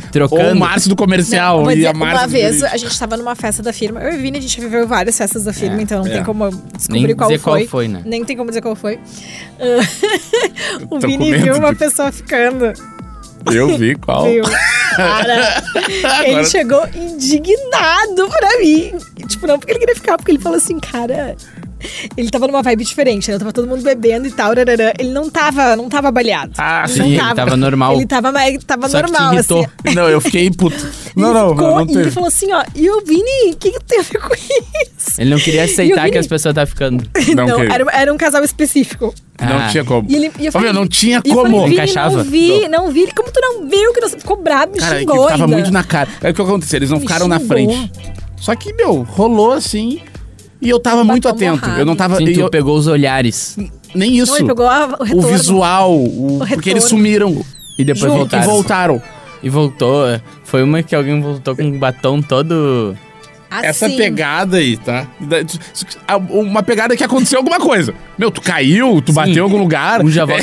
[SPEAKER 2] Ou o
[SPEAKER 3] trocando.
[SPEAKER 2] Márcio do
[SPEAKER 4] Não,
[SPEAKER 2] Comercial
[SPEAKER 4] vou
[SPEAKER 2] e
[SPEAKER 4] dizer,
[SPEAKER 2] a Márcia
[SPEAKER 4] uma
[SPEAKER 2] do
[SPEAKER 4] vez
[SPEAKER 2] Jurídico.
[SPEAKER 4] a gente tava numa festa da firma. Eu e Vini, a gente viveu várias festas da firma, então não
[SPEAKER 2] é.
[SPEAKER 4] tem como eu descobrir
[SPEAKER 3] Nem
[SPEAKER 4] qual,
[SPEAKER 3] dizer qual
[SPEAKER 4] foi.
[SPEAKER 3] foi, né?
[SPEAKER 4] Nem tem como dizer qual foi. Ah, o
[SPEAKER 2] tô com
[SPEAKER 4] Vini
[SPEAKER 2] medo
[SPEAKER 4] viu uma
[SPEAKER 2] de-
[SPEAKER 4] pessoa ficando.
[SPEAKER 2] Eu vi qual.
[SPEAKER 4] Viu? Cara, ele
[SPEAKER 2] Agora-
[SPEAKER 4] chegou indignado pra mim. Tipo, não porque ele queria ficar, porque ele falou assim, cara. Ele tava numa vibe diferente, né? Tava todo mundo bebendo e tal, rararã. Ele não tava, não tava baleado.
[SPEAKER 2] Ah,
[SPEAKER 4] Ele
[SPEAKER 3] sim,
[SPEAKER 4] não
[SPEAKER 3] ele tava normal.
[SPEAKER 4] Ele tava, mas tava
[SPEAKER 3] Só que te
[SPEAKER 4] normal,
[SPEAKER 3] irritou.
[SPEAKER 4] assim.
[SPEAKER 2] Não, eu fiquei puto. Não,
[SPEAKER 4] Ele
[SPEAKER 2] não,
[SPEAKER 4] ficou,
[SPEAKER 2] não, não
[SPEAKER 4] e ele
[SPEAKER 2] teve.
[SPEAKER 4] falou assim, ó, e o Vini, o que, que tem a ver com isso?
[SPEAKER 3] Ele não queria aceitar
[SPEAKER 4] Vini-
[SPEAKER 3] que as pessoas tá ficando.
[SPEAKER 2] Não, querido.
[SPEAKER 4] era, era um casal específico.
[SPEAKER 2] Não
[SPEAKER 3] Ah.
[SPEAKER 2] tinha como.
[SPEAKER 4] E ele, e eu
[SPEAKER 2] Ô, meu,
[SPEAKER 4] falei,
[SPEAKER 2] não tinha
[SPEAKER 4] e eu
[SPEAKER 2] como.
[SPEAKER 4] Falei, Vini,
[SPEAKER 3] Encaixava.
[SPEAKER 4] Não vi, não vi. Ele, Como tu não viu que nós ficou brabo, me
[SPEAKER 2] Cara, é que
[SPEAKER 4] xingou
[SPEAKER 2] tava
[SPEAKER 4] ainda.
[SPEAKER 2] muito na cara. É o que aconteceu, eles não
[SPEAKER 4] Me
[SPEAKER 2] ficaram na
[SPEAKER 4] xingou.
[SPEAKER 2] frente. Só que, meu, rolou assim. E eu tava muito
[SPEAKER 4] Batom
[SPEAKER 2] atento.
[SPEAKER 4] borrado.
[SPEAKER 2] Eu não tava.
[SPEAKER 3] Sim,
[SPEAKER 2] e
[SPEAKER 3] tu
[SPEAKER 2] eu-
[SPEAKER 3] pegou os olhares
[SPEAKER 2] nem isso.
[SPEAKER 4] Não, ele pegou a- o
[SPEAKER 2] o
[SPEAKER 4] retorno.
[SPEAKER 2] visual, o-
[SPEAKER 4] O
[SPEAKER 2] porque eles
[SPEAKER 4] retorno.
[SPEAKER 2] sumiram.
[SPEAKER 3] e depois
[SPEAKER 2] Juro que
[SPEAKER 3] voltaram.
[SPEAKER 2] voltaram.
[SPEAKER 3] E voltou. é. Foi uma que alguém voltou com um batom todo.
[SPEAKER 2] Essa
[SPEAKER 4] Assim.
[SPEAKER 2] pegada aí, tá? Da- tu- a- Uma pegada que aconteceu alguma coisa. Meu, tu caiu, tu bateu em algum lugar.
[SPEAKER 3] Um já volta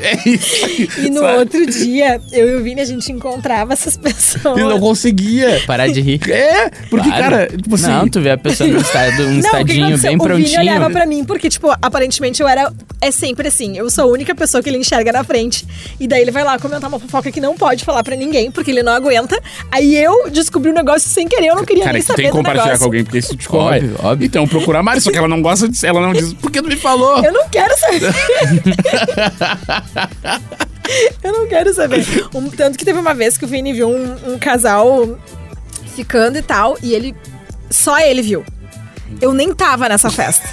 [SPEAKER 2] É isso. aí,
[SPEAKER 4] E no
[SPEAKER 2] sabe?
[SPEAKER 4] outro dia, eu e o Vini, a gente encontrava essas pessoas.
[SPEAKER 2] E não conseguia.
[SPEAKER 3] Parar de rir.
[SPEAKER 2] É, porque,
[SPEAKER 3] Claro.
[SPEAKER 2] cara, tipo assim.
[SPEAKER 3] Não, tu vê a pessoa num estado, um
[SPEAKER 4] Não, o que que
[SPEAKER 3] estadinho
[SPEAKER 4] aconteceu?
[SPEAKER 3] bem
[SPEAKER 4] O Vini olhava
[SPEAKER 3] prontinho.
[SPEAKER 4] pra mim, porque, tipo, aparentemente eu era. É sempre assim. Eu sou a única pessoa que ele enxerga na frente. E daí ele vai lá comentar uma fofoca que não pode falar pra ninguém, porque ele não aguenta. Aí eu descobri o negócio sem querer, eu não queria
[SPEAKER 2] Cara,
[SPEAKER 4] nem
[SPEAKER 2] isso
[SPEAKER 4] saber
[SPEAKER 2] tem que
[SPEAKER 4] do
[SPEAKER 2] compartilhar
[SPEAKER 4] negócio.
[SPEAKER 2] com alguém, porque isso te corrói.
[SPEAKER 3] Óbvio, óbvio.
[SPEAKER 2] Então, procura a Mari, só que ela não gosta disso. Ela não diz, por que tu me falou?
[SPEAKER 4] Eu não quero saber. eu não quero saber. Um- tanto que teve uma vez que o Vini viu um, um casal ficando e tal, e ele. Só ele viu. Eu nem tava nessa festa.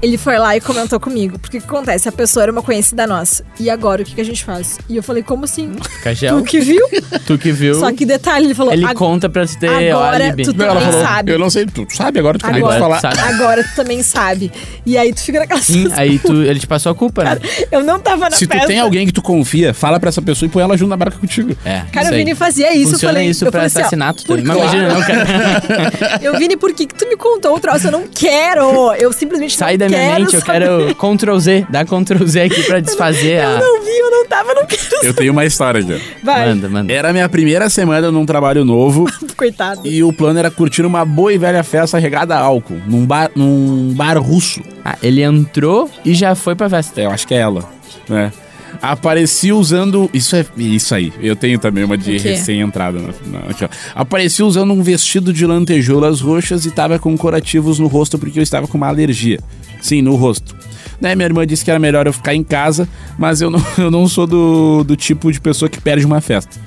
[SPEAKER 4] Ele foi lá e comentou comigo. Porque o que acontece? A pessoa era uma conhecida nossa. E agora o que, que a gente faz? E eu falei, como assim?
[SPEAKER 3] Cajel,
[SPEAKER 4] Tu que viu?
[SPEAKER 3] tu que viu.
[SPEAKER 4] Só que detalhe, ele falou.
[SPEAKER 3] É um Ele
[SPEAKER 4] "Ag-
[SPEAKER 3] conta pra se ter
[SPEAKER 4] agora
[SPEAKER 3] o álibi.
[SPEAKER 4] tu
[SPEAKER 2] Não,
[SPEAKER 4] também sabe.
[SPEAKER 2] Eu não sei, tu sabe agora, tu acabei de
[SPEAKER 4] Agora,
[SPEAKER 2] falar.
[SPEAKER 3] sabe.
[SPEAKER 4] agora tu também sabe. E aí tu fica naquela
[SPEAKER 3] Sim,
[SPEAKER 4] sensação.
[SPEAKER 3] aí tu, ele te passou a culpa, né?
[SPEAKER 4] Eu não tava na
[SPEAKER 2] Se
[SPEAKER 4] festa.
[SPEAKER 2] tu tem alguém que tu confia, fala pra essa pessoa e põe ela junto na barca contigo.
[SPEAKER 3] É.
[SPEAKER 4] Cara,
[SPEAKER 3] isso
[SPEAKER 4] o
[SPEAKER 3] aí.
[SPEAKER 4] Vini fazia isso. eu
[SPEAKER 3] Funciona
[SPEAKER 4] falei,
[SPEAKER 3] isso
[SPEAKER 4] eu
[SPEAKER 3] pra
[SPEAKER 4] falei assim, ó,
[SPEAKER 3] assassinato
[SPEAKER 4] por
[SPEAKER 3] também. Mas
[SPEAKER 4] quê?
[SPEAKER 3] imagina, não, cara.
[SPEAKER 4] Eu, Vini, por que, que tu me contou o troço? Eu não quero. Eu simplesmente
[SPEAKER 3] Sai
[SPEAKER 4] não
[SPEAKER 3] da minha
[SPEAKER 4] quero
[SPEAKER 3] mente, eu
[SPEAKER 4] saber.
[SPEAKER 3] quero Ctrl Z. Dá Ctrl Z aqui pra desfazer
[SPEAKER 4] Eu
[SPEAKER 3] a.
[SPEAKER 4] não vi, eu não tava, eu não quero.
[SPEAKER 2] Eu tenho uma história aqui.
[SPEAKER 4] Vai,
[SPEAKER 3] Manda, manda.
[SPEAKER 2] Era a minha primeira semana num trabalho novo
[SPEAKER 4] coitado.
[SPEAKER 2] e o plano era curtir uma boa e velha festa regada a álcool num bar, num bar russo.
[SPEAKER 3] Ah, ele entrou e já foi pra festa.
[SPEAKER 2] É, eu acho que é ela, né? Apareci usando. Isso é. Isso aí. Eu tenho também uma de
[SPEAKER 4] O quê?
[SPEAKER 2] recém-entrada. na- na- aqui, ó. Apareci usando um vestido de lantejoulas roxas e tava com corativos no rosto porque eu estava com uma alergia. Sim, no rosto. Né, minha irmã disse que era melhor eu ficar em casa, mas eu não, eu não sou do, do tipo de pessoa que perde uma festa.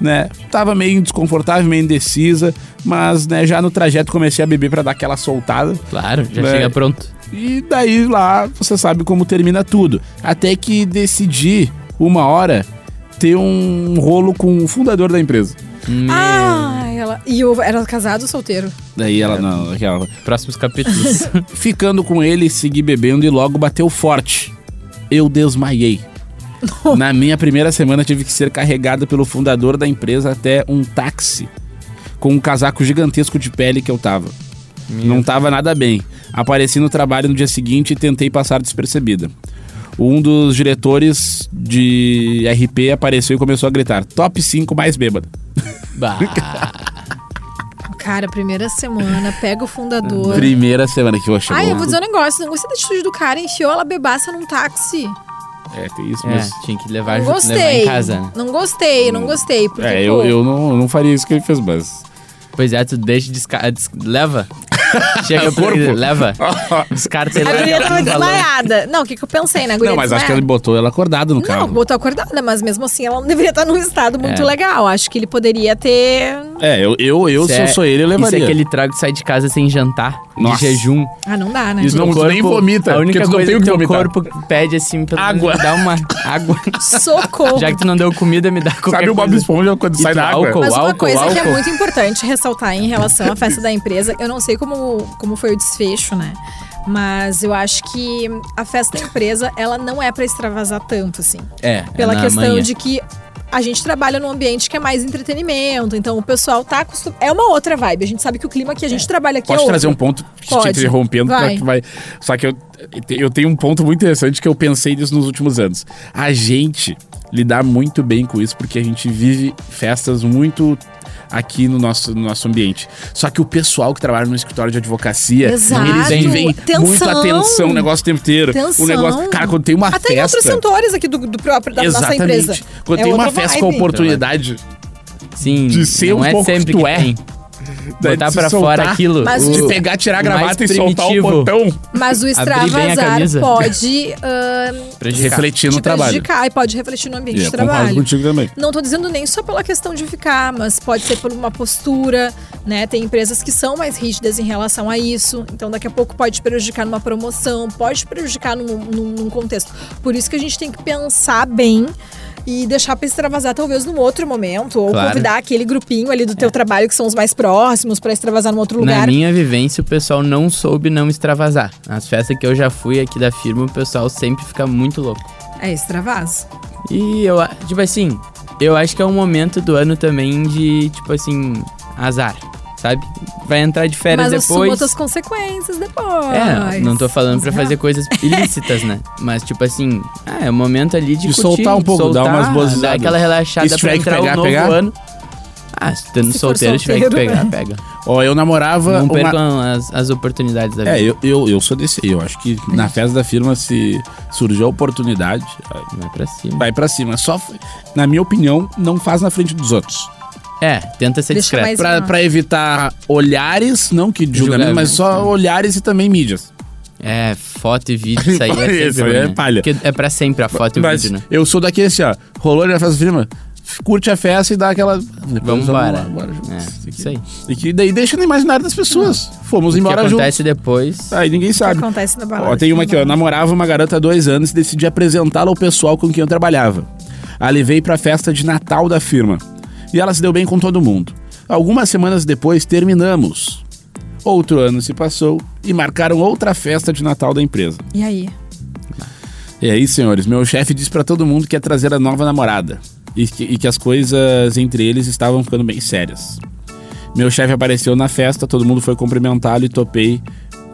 [SPEAKER 2] Né? Tava meio desconfortável, meio indecisa, mas né, já no trajeto comecei a beber pra dar aquela soltada.
[SPEAKER 3] Claro, já
[SPEAKER 2] Vai.
[SPEAKER 3] chega pronto.
[SPEAKER 2] E daí lá você sabe como termina tudo. Até que decidi, uma hora, ter um rolo com o fundador da empresa.
[SPEAKER 4] Ah, ela. E eu era casado ou solteiro?
[SPEAKER 2] Daí ela, não, aquela.
[SPEAKER 3] Próximos capítulos.
[SPEAKER 2] Ficando com ele, segui bebendo e logo bateu forte. Eu desmaiei. Na minha primeira semana, tive que ser carregado pelo fundador da empresa até um táxi com um casaco gigantesco de pele que eu tava. Não tava nada bem. Apareci no trabalho no dia seguinte e tentei passar despercebida. Um dos diretores de RP apareceu e começou a gritar: Top 5 mais bêbado.
[SPEAKER 3] bah.
[SPEAKER 4] Cara, primeira semana, pega o fundador.
[SPEAKER 2] Primeira semana que eu achei.
[SPEAKER 4] Ai, eu vou dizer um negócio. Não gostei da atitude do cara. Enfiou ela bebaça num táxi.
[SPEAKER 2] É, tem isso mesmo.
[SPEAKER 3] É, tinha que levar,
[SPEAKER 4] Não
[SPEAKER 3] junto, levar
[SPEAKER 4] gostei.
[SPEAKER 3] em casa. né?
[SPEAKER 4] Não gostei, não gostei. Porque,
[SPEAKER 2] É, eu,
[SPEAKER 4] pô,
[SPEAKER 2] eu não, eu não faria isso que ele fez, mas.
[SPEAKER 3] Pois é, tu deixa desca... des- leva. Chega pro
[SPEAKER 2] Corpo.
[SPEAKER 3] leva. Descarta ele.
[SPEAKER 4] A guria
[SPEAKER 3] leva,
[SPEAKER 4] tava
[SPEAKER 3] não valeu.
[SPEAKER 4] desmaiada. Não, o que, que eu pensei, né? A guria
[SPEAKER 2] Não, mas acho que ele
[SPEAKER 4] desmaiada.
[SPEAKER 2] botou ela acordada no carro.
[SPEAKER 4] Não, botou acordada, mas mesmo assim ela não deveria estar num estado muito legal. Acho que ele poderia ter.
[SPEAKER 2] É, eu, eu, eu
[SPEAKER 3] Isso
[SPEAKER 2] se eu
[SPEAKER 3] é-
[SPEAKER 2] sou ele, eu levaria.
[SPEAKER 3] Isso é aquele trago que sai de casa sem jantar,
[SPEAKER 2] Nossa.
[SPEAKER 3] de jejum.
[SPEAKER 4] Ah, não dá, né?
[SPEAKER 2] Isso não-
[SPEAKER 3] Teu
[SPEAKER 2] tu nem vomita,
[SPEAKER 3] A
[SPEAKER 2] porque
[SPEAKER 3] única
[SPEAKER 2] tu não
[SPEAKER 3] coisa
[SPEAKER 2] tem o
[SPEAKER 3] que
[SPEAKER 2] que
[SPEAKER 3] teu
[SPEAKER 2] vomitar.
[SPEAKER 3] corpo pede, assim, pelo menos
[SPEAKER 2] Água.
[SPEAKER 3] me dá uma água.
[SPEAKER 4] Socorro.
[SPEAKER 3] Já que tu não deu comida, me dá qualquer
[SPEAKER 2] Sabe o Bob
[SPEAKER 3] coisa.
[SPEAKER 2] Esponja quando
[SPEAKER 3] E
[SPEAKER 2] sai
[SPEAKER 3] tu-
[SPEAKER 2] da água?
[SPEAKER 3] álcool.
[SPEAKER 4] Mas uma
[SPEAKER 3] álcool,
[SPEAKER 4] coisa que é
[SPEAKER 3] álcool.
[SPEAKER 4] muito importante ressaltar em relação à festa da empresa, eu não sei como, como foi o desfecho, né? Mas eu acho que a festa da empresa, ela não é pra extravasar tanto, assim.
[SPEAKER 3] É,
[SPEAKER 4] Pela
[SPEAKER 3] é na
[SPEAKER 4] questão
[SPEAKER 3] manhã.
[SPEAKER 4] de que a gente trabalha num ambiente que é mais entretenimento, então o pessoal tá acostumado. É uma outra vibe. A gente sabe que o clima que a gente trabalha aqui
[SPEAKER 2] Pode
[SPEAKER 4] é
[SPEAKER 2] trazer um
[SPEAKER 4] outro.
[SPEAKER 2] ponto que te
[SPEAKER 4] Pode.
[SPEAKER 2] interrompendo pra
[SPEAKER 4] Vai.
[SPEAKER 2] que vai. Só que eu, eu tenho um ponto muito interessante que eu pensei nisso nos últimos anos. A gente lidar muito bem com isso, porque a gente vive festas muito aqui no nosso, no nosso ambiente. Só que o pessoal que trabalha no escritório de advocacia,
[SPEAKER 4] Exato.
[SPEAKER 2] eles vivem
[SPEAKER 4] Tensão.
[SPEAKER 2] muita atenção o negócio o tempo inteiro.
[SPEAKER 4] Tensão.
[SPEAKER 2] O negócio, cara, quando tem uma
[SPEAKER 4] Até em
[SPEAKER 2] festa.
[SPEAKER 4] outros setores aqui do, do próprio, da nossa
[SPEAKER 2] exatamente.
[SPEAKER 4] empresa.
[SPEAKER 2] Quando
[SPEAKER 4] É
[SPEAKER 2] tem uma
[SPEAKER 4] outra
[SPEAKER 2] festa
[SPEAKER 4] vibe.
[SPEAKER 2] com a oportunidade
[SPEAKER 3] Sim,
[SPEAKER 2] de ser
[SPEAKER 3] não
[SPEAKER 2] um
[SPEAKER 3] é
[SPEAKER 2] pouco
[SPEAKER 3] sempre
[SPEAKER 2] que tu
[SPEAKER 3] que
[SPEAKER 2] é.
[SPEAKER 3] tem.
[SPEAKER 2] né,
[SPEAKER 3] Então, Botar
[SPEAKER 2] de se
[SPEAKER 3] pra fora
[SPEAKER 2] soltar,
[SPEAKER 3] aquilo. uh,
[SPEAKER 4] Mas
[SPEAKER 3] o-
[SPEAKER 2] De pegar, tirar a
[SPEAKER 3] o mais
[SPEAKER 2] gravata e soltar o
[SPEAKER 3] primitivo.
[SPEAKER 2] botão.
[SPEAKER 4] Mas o
[SPEAKER 3] Abrir bem a
[SPEAKER 4] extravasar
[SPEAKER 3] camisa.
[SPEAKER 4] pode ah,
[SPEAKER 3] prejudicar.
[SPEAKER 2] refletir no
[SPEAKER 4] te
[SPEAKER 2] trabalho.
[SPEAKER 4] prejudicar e pode refletir no
[SPEAKER 3] É,
[SPEAKER 4] ambiente
[SPEAKER 2] E
[SPEAKER 4] de
[SPEAKER 2] eu É, concordo
[SPEAKER 4] trabalho.
[SPEAKER 2] contigo também.
[SPEAKER 4] Não tô dizendo nem só pela questão de ficar, mas pode ser por uma postura, né? Tem empresas que são mais rígidas em relação a isso. Então, daqui a pouco pode te prejudicar numa promoção, pode te prejudicar num, num- num contexto. Por isso que a gente tem que pensar bem e deixar pra extravasar talvez num outro momento. Ou
[SPEAKER 3] Claro.
[SPEAKER 4] convidar aquele grupinho ali do teu trabalho, que são os mais próximos, pra extravasar num outro
[SPEAKER 3] Na
[SPEAKER 4] lugar.
[SPEAKER 3] minha vivência, o pessoal não soube não extravasar. Nas festas que eu já fui aqui da firma, o pessoal sempre fica muito louco.
[SPEAKER 4] É, extravasa.
[SPEAKER 3] E eu, a- tipo assim, eu acho que é um momento do ano também de, tipo assim, azar, sabe? Vai entrar de férias
[SPEAKER 4] mas assuma
[SPEAKER 3] depois.
[SPEAKER 4] outras consequências depois.
[SPEAKER 3] É, não tô falando pra
[SPEAKER 4] Não.
[SPEAKER 3] fazer coisas ilícitas, né? Mas, tipo assim, ah, é o momento ali de,
[SPEAKER 2] De
[SPEAKER 3] curtir,
[SPEAKER 2] soltar um pouco, dar
[SPEAKER 3] soltar,
[SPEAKER 2] umas boas
[SPEAKER 3] Dar aquela relaxada
[SPEAKER 2] Se
[SPEAKER 3] pra
[SPEAKER 2] tiver que
[SPEAKER 3] entrar
[SPEAKER 2] pegar,
[SPEAKER 3] o novo
[SPEAKER 2] pegar?
[SPEAKER 3] ano. Ah, se tendo
[SPEAKER 4] Se for
[SPEAKER 3] solteiro, se tiver que
[SPEAKER 4] solteiro, né?
[SPEAKER 3] pegar, pega.
[SPEAKER 2] Ó, eu namorava
[SPEAKER 3] Não
[SPEAKER 2] uma-
[SPEAKER 3] percam as, as oportunidades da vida.
[SPEAKER 2] É, eu, eu, eu sou desse aí. Eu acho que
[SPEAKER 3] É
[SPEAKER 2] na festa da firma, se surgiu a oportunidade,
[SPEAKER 3] Vai né? pra cima.
[SPEAKER 2] vai pra cima. Só, f- na minha opinião, não faz na frente dos outros.
[SPEAKER 3] É, tenta ser
[SPEAKER 4] Deixa
[SPEAKER 3] discreto.
[SPEAKER 4] mais-
[SPEAKER 2] Pra,
[SPEAKER 4] não.
[SPEAKER 2] pra evitar olhares, não que julgamento,
[SPEAKER 3] Julgamento,
[SPEAKER 2] mas só
[SPEAKER 3] né?
[SPEAKER 2] olhares e também mídias.
[SPEAKER 3] É, foto e vídeo, isso aí é sempre
[SPEAKER 2] Isso aí
[SPEAKER 3] ruim,
[SPEAKER 2] é
[SPEAKER 3] né?
[SPEAKER 2] palha.
[SPEAKER 3] Porque é pra sempre a foto e o
[SPEAKER 2] Mas
[SPEAKER 3] vídeo, né?
[SPEAKER 2] eu sou daquele assim, ó. Rolou na festa da firma, f- curte a festa e dá aquela. Depois
[SPEAKER 3] Vamos embora.
[SPEAKER 2] lá, bora junto.
[SPEAKER 3] É, isso aí.
[SPEAKER 2] E que daí deixa no imaginário das pessoas. Fomos
[SPEAKER 3] O que
[SPEAKER 2] embora juntos.
[SPEAKER 3] acontece depois...
[SPEAKER 2] Aí ninguém
[SPEAKER 4] O que
[SPEAKER 2] sabe.
[SPEAKER 4] acontece na balada.
[SPEAKER 2] Ó, tem uma aqui, ó. Namorava uma garota há dois anos e decidi apresentá-la ao pessoal com quem eu trabalhava. A levei pra festa de Natal da firma. E ela se deu bem com todo mundo. Algumas semanas depois, terminamos. Outro ano se passou e marcaram outra festa de Natal da empresa.
[SPEAKER 4] E aí?
[SPEAKER 2] E aí, senhores, meu chefe disse pra todo mundo que ia trazer a nova namorada. E que, e que as coisas entre eles estavam ficando bem sérias. Meu chefe apareceu na festa, todo mundo foi cumprimentá-lo e topei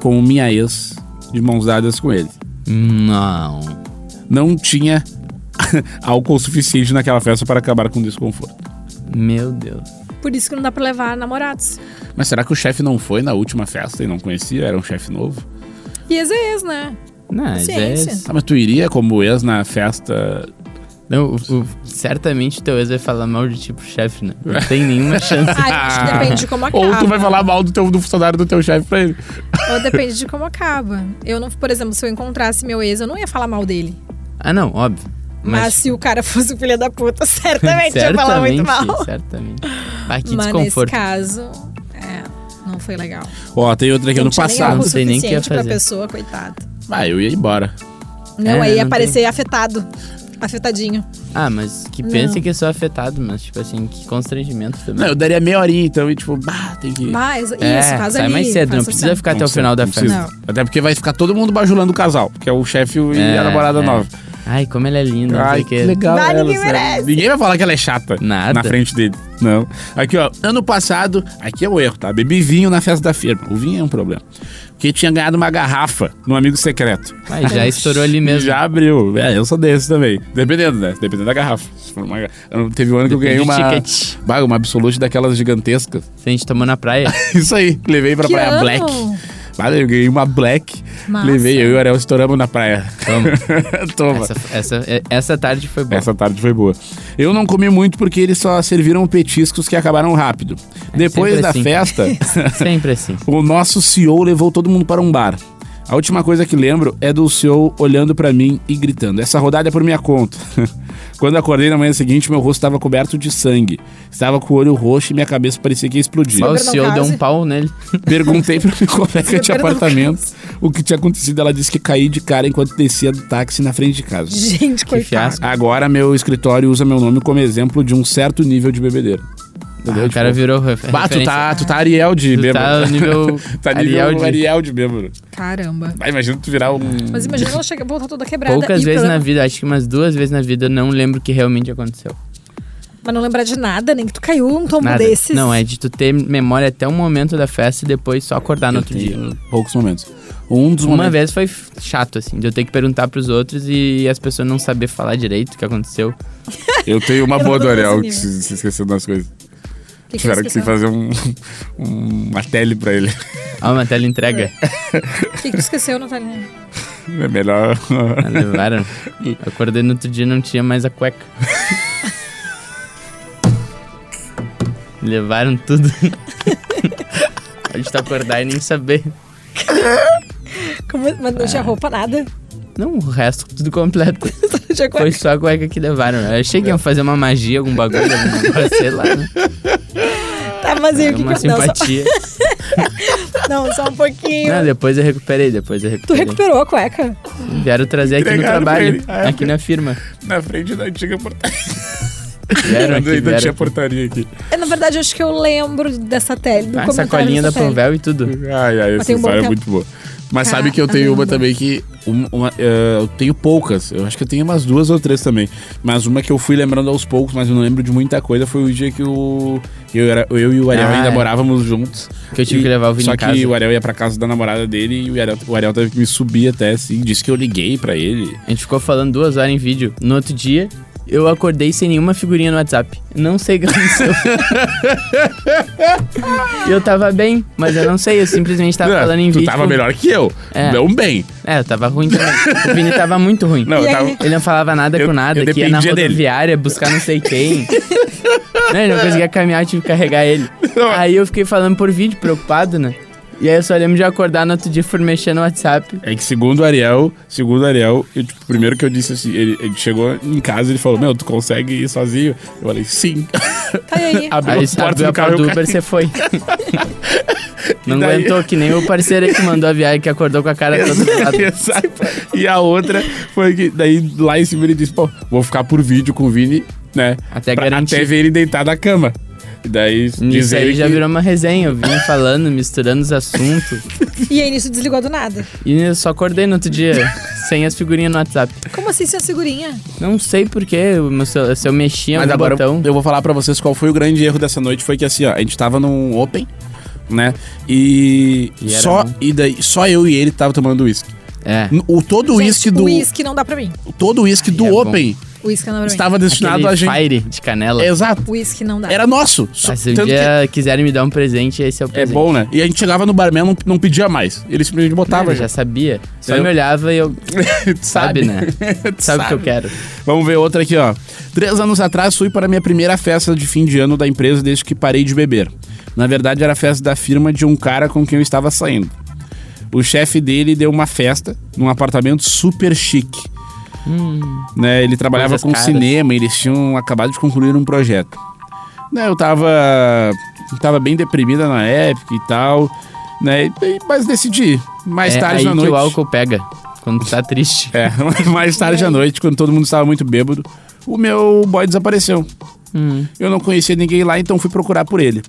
[SPEAKER 2] com minha ex de mãos dadas com ele.
[SPEAKER 3] Não.
[SPEAKER 2] Não tinha álcool suficiente naquela festa para acabar com o desconforto.
[SPEAKER 3] Meu Deus.
[SPEAKER 4] Por isso que não dá pra levar namorados.
[SPEAKER 2] Mas será que o chefe não foi na última festa e não conhecia? Era um chefe novo?
[SPEAKER 4] E ex é ex, né?
[SPEAKER 3] Não, é às
[SPEAKER 4] Ciência.
[SPEAKER 3] vezes-
[SPEAKER 2] Ah, mas tu iria como ex na festa?
[SPEAKER 3] Não, o- o- certamente teu ex vai falar mal de ti pro chefe, né? Não tem nenhuma chance.
[SPEAKER 4] Ai, acho que depende de como acaba.
[SPEAKER 2] Ou tu vai falar mal do, teu, do funcionário do teu chefe pra ele?
[SPEAKER 4] Ou depende de como acaba. Eu não, por exemplo, se eu encontrasse meu ex, eu não ia falar mal dele.
[SPEAKER 3] Ah, não, óbvio.
[SPEAKER 4] Mas,
[SPEAKER 3] Mas,
[SPEAKER 4] se o cara fosse o filho da puta, certamente, ia falar
[SPEAKER 3] certamente,
[SPEAKER 4] muito mal.
[SPEAKER 3] certamente. Ah, que
[SPEAKER 4] Mas nesse
[SPEAKER 3] desconforto.
[SPEAKER 4] caso, é, não foi legal.
[SPEAKER 2] Ó, tem outra aqui
[SPEAKER 4] Não
[SPEAKER 2] ano
[SPEAKER 4] tinha nem
[SPEAKER 2] passado.
[SPEAKER 4] algo
[SPEAKER 3] não sei nem o que ia
[SPEAKER 4] suficiente pra
[SPEAKER 3] fazer.
[SPEAKER 4] pessoa, coitado.
[SPEAKER 2] Ah, eu ia embora.
[SPEAKER 4] Não,
[SPEAKER 3] É,
[SPEAKER 4] aí ia
[SPEAKER 3] não
[SPEAKER 4] aparecer afetado. Afetadinho.
[SPEAKER 3] Ah, mas que pensa que eu sou afetado, mas tipo assim, que constrangimento também.
[SPEAKER 2] Não, eu daria meia horinha, então, e tipo, bah, tem que...
[SPEAKER 4] Mas,
[SPEAKER 3] é,
[SPEAKER 4] isso, faz
[SPEAKER 3] sai
[SPEAKER 4] ali.
[SPEAKER 3] mais cedo,
[SPEAKER 4] faz
[SPEAKER 3] não
[SPEAKER 4] assim.
[SPEAKER 3] precisa ficar até
[SPEAKER 2] Não
[SPEAKER 3] o
[SPEAKER 2] precisa,
[SPEAKER 3] final da
[SPEAKER 2] não precisa.
[SPEAKER 3] festa.
[SPEAKER 4] festa.
[SPEAKER 2] Até porque vai ficar todo mundo bajulando o casal, que é o chefe e
[SPEAKER 3] É,
[SPEAKER 2] a namorada
[SPEAKER 3] é.
[SPEAKER 2] nova.
[SPEAKER 3] Ai, como ela é linda, não sei
[SPEAKER 2] Ai,
[SPEAKER 3] o
[SPEAKER 2] que
[SPEAKER 3] quê.
[SPEAKER 2] legal.
[SPEAKER 4] Vai,
[SPEAKER 2] ela,
[SPEAKER 4] ninguém
[SPEAKER 2] sabe?
[SPEAKER 4] merece.
[SPEAKER 2] Ninguém vai falar que ela é chata.
[SPEAKER 3] Nada.
[SPEAKER 2] Na frente dele. Não. Aqui, ó. Ano passado, aqui é o erro, tá? Bebi vinho na festa da firma. O vinho é um problema. Porque tinha ganhado uma garrafa num amigo secreto.
[SPEAKER 3] Mas Ah, já estourou ali mesmo.
[SPEAKER 2] Já abriu. É, eu sou desse também. Dependendo, né? Dependendo da garrafa. Se for uma ga- Teve um ano que eu ganhei
[SPEAKER 3] Depende
[SPEAKER 2] uma.
[SPEAKER 3] do ticket.
[SPEAKER 2] Bah, uma absolute daquelas gigantescas.
[SPEAKER 3] Se a gente tomou na praia.
[SPEAKER 2] Isso aí, levei pra
[SPEAKER 4] Que
[SPEAKER 2] praia
[SPEAKER 4] ano?
[SPEAKER 2] Black. Vale, eu ganhei uma Black.
[SPEAKER 4] Massa.
[SPEAKER 2] Levei, eu e o Ariel estouramos na praia.
[SPEAKER 3] Toma.
[SPEAKER 2] Toma.
[SPEAKER 3] essa, essa, essa tarde foi boa.
[SPEAKER 2] Essa tarde foi boa. Eu não comi muito porque eles só serviram petiscos que acabaram rápido. Depois
[SPEAKER 3] sempre
[SPEAKER 2] da
[SPEAKER 3] assim.
[SPEAKER 2] festa,
[SPEAKER 3] Sempre assim.
[SPEAKER 2] o nosso CEO levou todo mundo para um bar. A última coisa que lembro é do CEO olhando para mim e gritando: Essa rodada é por minha conta. Quando acordei na manhã seguinte, meu rosto estava coberto de sangue. Estava com o olho roxo e minha cabeça parecia que ia explodir.
[SPEAKER 3] Só o
[SPEAKER 4] Sobre não assim.
[SPEAKER 3] CEO deu
[SPEAKER 4] case.
[SPEAKER 3] um pau nele.
[SPEAKER 2] Perguntei pra minha colega de
[SPEAKER 4] Sobre não
[SPEAKER 2] apartamento o que tinha acontecido. Ela disse que caí de cara enquanto descia do táxi na frente de casa.
[SPEAKER 4] Gente, coitado.
[SPEAKER 3] fiasco.
[SPEAKER 2] Agora meu escritório usa meu nome como exemplo de um certo nível de bebedeira. Entendeu?
[SPEAKER 3] Ah, o cara
[SPEAKER 2] Tipo,
[SPEAKER 3] virou refer-
[SPEAKER 2] bah, tu
[SPEAKER 3] referência.
[SPEAKER 2] tá, tu tá Ariel de
[SPEAKER 3] Tu
[SPEAKER 2] bêbado.
[SPEAKER 3] tá no nível
[SPEAKER 2] tá nível
[SPEAKER 3] Ariel
[SPEAKER 2] Ariel
[SPEAKER 3] de- Hum,
[SPEAKER 2] de, bêbado.
[SPEAKER 4] Caramba.
[SPEAKER 2] Ah, imagina tu virar um...
[SPEAKER 4] Mas imagina ela chegar, voltar toda quebrada.
[SPEAKER 3] Poucas
[SPEAKER 4] e
[SPEAKER 3] vezes
[SPEAKER 4] pra-
[SPEAKER 3] na vida, acho que umas duas vezes na vida, eu não lembro o que realmente aconteceu.
[SPEAKER 4] Mas não lembrar de nada, nem que tu caiu um tombo
[SPEAKER 3] Nada.
[SPEAKER 4] desses.
[SPEAKER 3] Não, é de tu ter memória até o momento da festa e depois só acordar no
[SPEAKER 2] Eu
[SPEAKER 3] outro dia.
[SPEAKER 2] tenho poucos momentos. Um dos
[SPEAKER 3] Uma
[SPEAKER 2] momentos...
[SPEAKER 3] vez foi f- chato, assim, de eu ter que perguntar pros outros e as pessoas não saber falar direito o que aconteceu.
[SPEAKER 2] Eu tenho uma
[SPEAKER 4] Eu
[SPEAKER 2] boa
[SPEAKER 4] não
[SPEAKER 2] do
[SPEAKER 4] tô
[SPEAKER 2] Ariel que
[SPEAKER 4] nesse
[SPEAKER 2] se, se esqueceu das coisas.
[SPEAKER 4] Que que eu
[SPEAKER 2] Tiveram que
[SPEAKER 4] esqueci?
[SPEAKER 2] se fazer um, um- uma tele pra ele.
[SPEAKER 3] Ó, uma Ah, tela entrega.
[SPEAKER 4] O que, que tu esqueceu, Natália?
[SPEAKER 2] É melhor...
[SPEAKER 3] Ah, Levaram. Eu Acordei no outro dia e não tinha mais a cueca. Levaram tudo. Pode tu acordar e nem saber.
[SPEAKER 4] Como- Mas
[SPEAKER 3] Ah.
[SPEAKER 4] não tinha roupa, nada.
[SPEAKER 3] Não, o resto tudo completo.
[SPEAKER 4] Não tinha
[SPEAKER 3] Foi
[SPEAKER 4] coisa.
[SPEAKER 3] só a cueca que levaram. Eu achei que iam fazer uma magia, algum bagulho, algum negócio, sei lá. Né?
[SPEAKER 4] Tá vazio, o que que
[SPEAKER 3] Uma
[SPEAKER 4] eu... Não, só...
[SPEAKER 3] simpatia.
[SPEAKER 4] não, só um pouquinho.
[SPEAKER 3] Não, depois eu recuperei, depois eu
[SPEAKER 4] Tu
[SPEAKER 3] recuperei.
[SPEAKER 4] recuperou a cueca?
[SPEAKER 3] Vieram trazer aqui no
[SPEAKER 2] Entregaram pra
[SPEAKER 3] trabalho,
[SPEAKER 2] ele. Ah,
[SPEAKER 3] aqui na firma.
[SPEAKER 2] Na frente da antiga portaria.
[SPEAKER 3] Vieram aqui,
[SPEAKER 2] Ainda então tinha
[SPEAKER 3] vieram.
[SPEAKER 2] portaria aqui.
[SPEAKER 4] É, na verdade, acho que eu lembro dessa tele. Do
[SPEAKER 2] é
[SPEAKER 3] Ah,
[SPEAKER 4] comentário
[SPEAKER 3] sacolinha da
[SPEAKER 4] dessa tele.
[SPEAKER 3] Panvel e tudo.
[SPEAKER 2] Ai, ai,
[SPEAKER 4] Mas
[SPEAKER 2] essa
[SPEAKER 4] tem um bom
[SPEAKER 2] história é
[SPEAKER 4] tempo.
[SPEAKER 2] muito boa. Mas sabe que eu tenho uma também que. um- uma, eh, eu tenho poucas. Eu acho que eu tenho umas duas ou três também. Mas uma que eu fui lembrando aos poucos, mas eu não lembro de muita coisa, foi o dia que o. Eu, era- eu e o Ariel
[SPEAKER 3] Ah,
[SPEAKER 2] ainda
[SPEAKER 3] é.
[SPEAKER 2] morávamos juntos.
[SPEAKER 3] Que eu tive
[SPEAKER 2] E-
[SPEAKER 3] que levar o Vini
[SPEAKER 2] Só
[SPEAKER 3] em
[SPEAKER 2] que
[SPEAKER 3] casa.
[SPEAKER 2] o Ariel ia pra casa da namorada dele e o Ariel, o Ariel teve que me subir até assim. Disse que eu liguei pra ele.
[SPEAKER 3] A gente ficou falando duas horas em vídeo. No outro dia, eu acordei sem nenhuma figurinha no WhatsApp. Não sei o que aconteceu. E eu tava bem, mas eu não sei. Eu simplesmente tava
[SPEAKER 2] Não,
[SPEAKER 3] falando em
[SPEAKER 2] Ah, tu
[SPEAKER 3] vídeo.
[SPEAKER 2] tava
[SPEAKER 3] com-
[SPEAKER 2] melhor que eu.
[SPEAKER 3] É.
[SPEAKER 2] Não bem.
[SPEAKER 3] É, eu tava ruim também. O Vini tava muito ruim.
[SPEAKER 2] Não,
[SPEAKER 4] E
[SPEAKER 2] eu
[SPEAKER 4] aí?
[SPEAKER 2] tava.
[SPEAKER 3] Ele não falava nada
[SPEAKER 2] Eu-
[SPEAKER 3] com nada,
[SPEAKER 2] eu
[SPEAKER 3] que ia na
[SPEAKER 2] dependia dele.
[SPEAKER 3] rodoviária buscar não sei quem. não, ele não conseguia caminhar, eu tive que carregar ele.
[SPEAKER 2] Não.
[SPEAKER 3] Aí eu fiquei falando por vídeo, preocupado, né? E aí eu só lembro de acordar no outro dia por mexer no WhatsApp.
[SPEAKER 2] É que segundo o Ariel, segundo o Ariel, eu, tipo, primeiro que eu disse assim, ele, ele chegou em casa e ele falou, meu, tu consegue ir sozinho? Eu falei, sim.
[SPEAKER 4] Tá aí.
[SPEAKER 2] abriu
[SPEAKER 3] Aí
[SPEAKER 2] a porta
[SPEAKER 3] abriu
[SPEAKER 2] do
[SPEAKER 3] a porta
[SPEAKER 2] carro e
[SPEAKER 3] do
[SPEAKER 2] eu
[SPEAKER 3] Uber,
[SPEAKER 2] caí.
[SPEAKER 3] você foi. Não
[SPEAKER 2] E daí-
[SPEAKER 3] aguentou, que nem o parceiro aí que mandou a viagem, que acordou com a cara toda zoada.
[SPEAKER 2] Exato. E a outra foi que daí lá em cima ele disse, pô, vou ficar por vídeo com o Vini, né?
[SPEAKER 3] Até
[SPEAKER 2] pra-
[SPEAKER 3] garantir.
[SPEAKER 2] Até ver ele deitar na cama. E daí diz
[SPEAKER 3] Isso aí
[SPEAKER 2] ele
[SPEAKER 3] já
[SPEAKER 2] que-
[SPEAKER 3] virou uma resenha, eu vim falando, misturando os assuntos.
[SPEAKER 4] E aí, nisso, desligou do nada.
[SPEAKER 3] E eu só acordei no outro dia, sem as figurinhas no WhatsApp.
[SPEAKER 4] Como assim, sem a segurinha?
[SPEAKER 3] Não sei porquê, se eu mexia
[SPEAKER 2] Mas
[SPEAKER 3] no
[SPEAKER 2] agora
[SPEAKER 3] botão...
[SPEAKER 2] eu vou falar pra vocês qual foi o grande erro dessa noite. Foi que assim, ó, a gente tava num open. né? E,
[SPEAKER 3] E era
[SPEAKER 2] só,
[SPEAKER 3] bom.
[SPEAKER 2] e daí, só eu e ele tava tomando uísque.
[SPEAKER 3] É. tipo
[SPEAKER 2] O, todo o
[SPEAKER 4] Gente,
[SPEAKER 2] uísque do,
[SPEAKER 4] Uísque não dá pra mim.
[SPEAKER 2] todo o uísque do
[SPEAKER 3] é bom.
[SPEAKER 2] Open
[SPEAKER 4] Uísque não dá pra
[SPEAKER 2] estava destinado
[SPEAKER 3] Aquele
[SPEAKER 2] a gente.
[SPEAKER 3] fire de canela.
[SPEAKER 2] Exato.
[SPEAKER 4] mim. Uísque não dá.
[SPEAKER 2] Era nosso. Só-
[SPEAKER 3] Ah, se um
[SPEAKER 2] tanto que-
[SPEAKER 3] dia quiserem me dar um presente, esse é o
[SPEAKER 2] É
[SPEAKER 3] presente.
[SPEAKER 2] bom, né? E a gente chegava no barman, não, não pedia mais. Ele simplesmente botava.
[SPEAKER 3] Tava, já sabia. Só
[SPEAKER 2] Eu-
[SPEAKER 3] me olhava e eu.
[SPEAKER 2] Tu
[SPEAKER 3] Sabe, né?
[SPEAKER 2] Tu
[SPEAKER 3] Sabe o que eu quero.
[SPEAKER 2] Vamos ver outra aqui, ó. Três anos atrás fui para minha primeira festa de fim de ano da empresa desde que parei de beber. Na verdade, era a festa da firma de um cara com quem eu estava saindo. O chefe dele deu uma festa num apartamento super chique. Né, ele trabalhava
[SPEAKER 3] Hum. Coisas
[SPEAKER 2] com
[SPEAKER 3] caras.
[SPEAKER 2] cinema, eles tinham acabado de concluir um projeto. Né, eu tava, tava bem deprimida na época e tal, né, e- mas decidi. ir. Mais
[SPEAKER 3] é
[SPEAKER 2] tarde
[SPEAKER 3] aí
[SPEAKER 2] na noite.
[SPEAKER 3] que o álcool pega. Quando tu tá triste.
[SPEAKER 2] É, mais tarde à noite, quando todo mundo estava muito bêbado, o meu boy desapareceu.
[SPEAKER 3] Hum.
[SPEAKER 2] Eu não conhecia ninguém lá, então fui procurar por ele.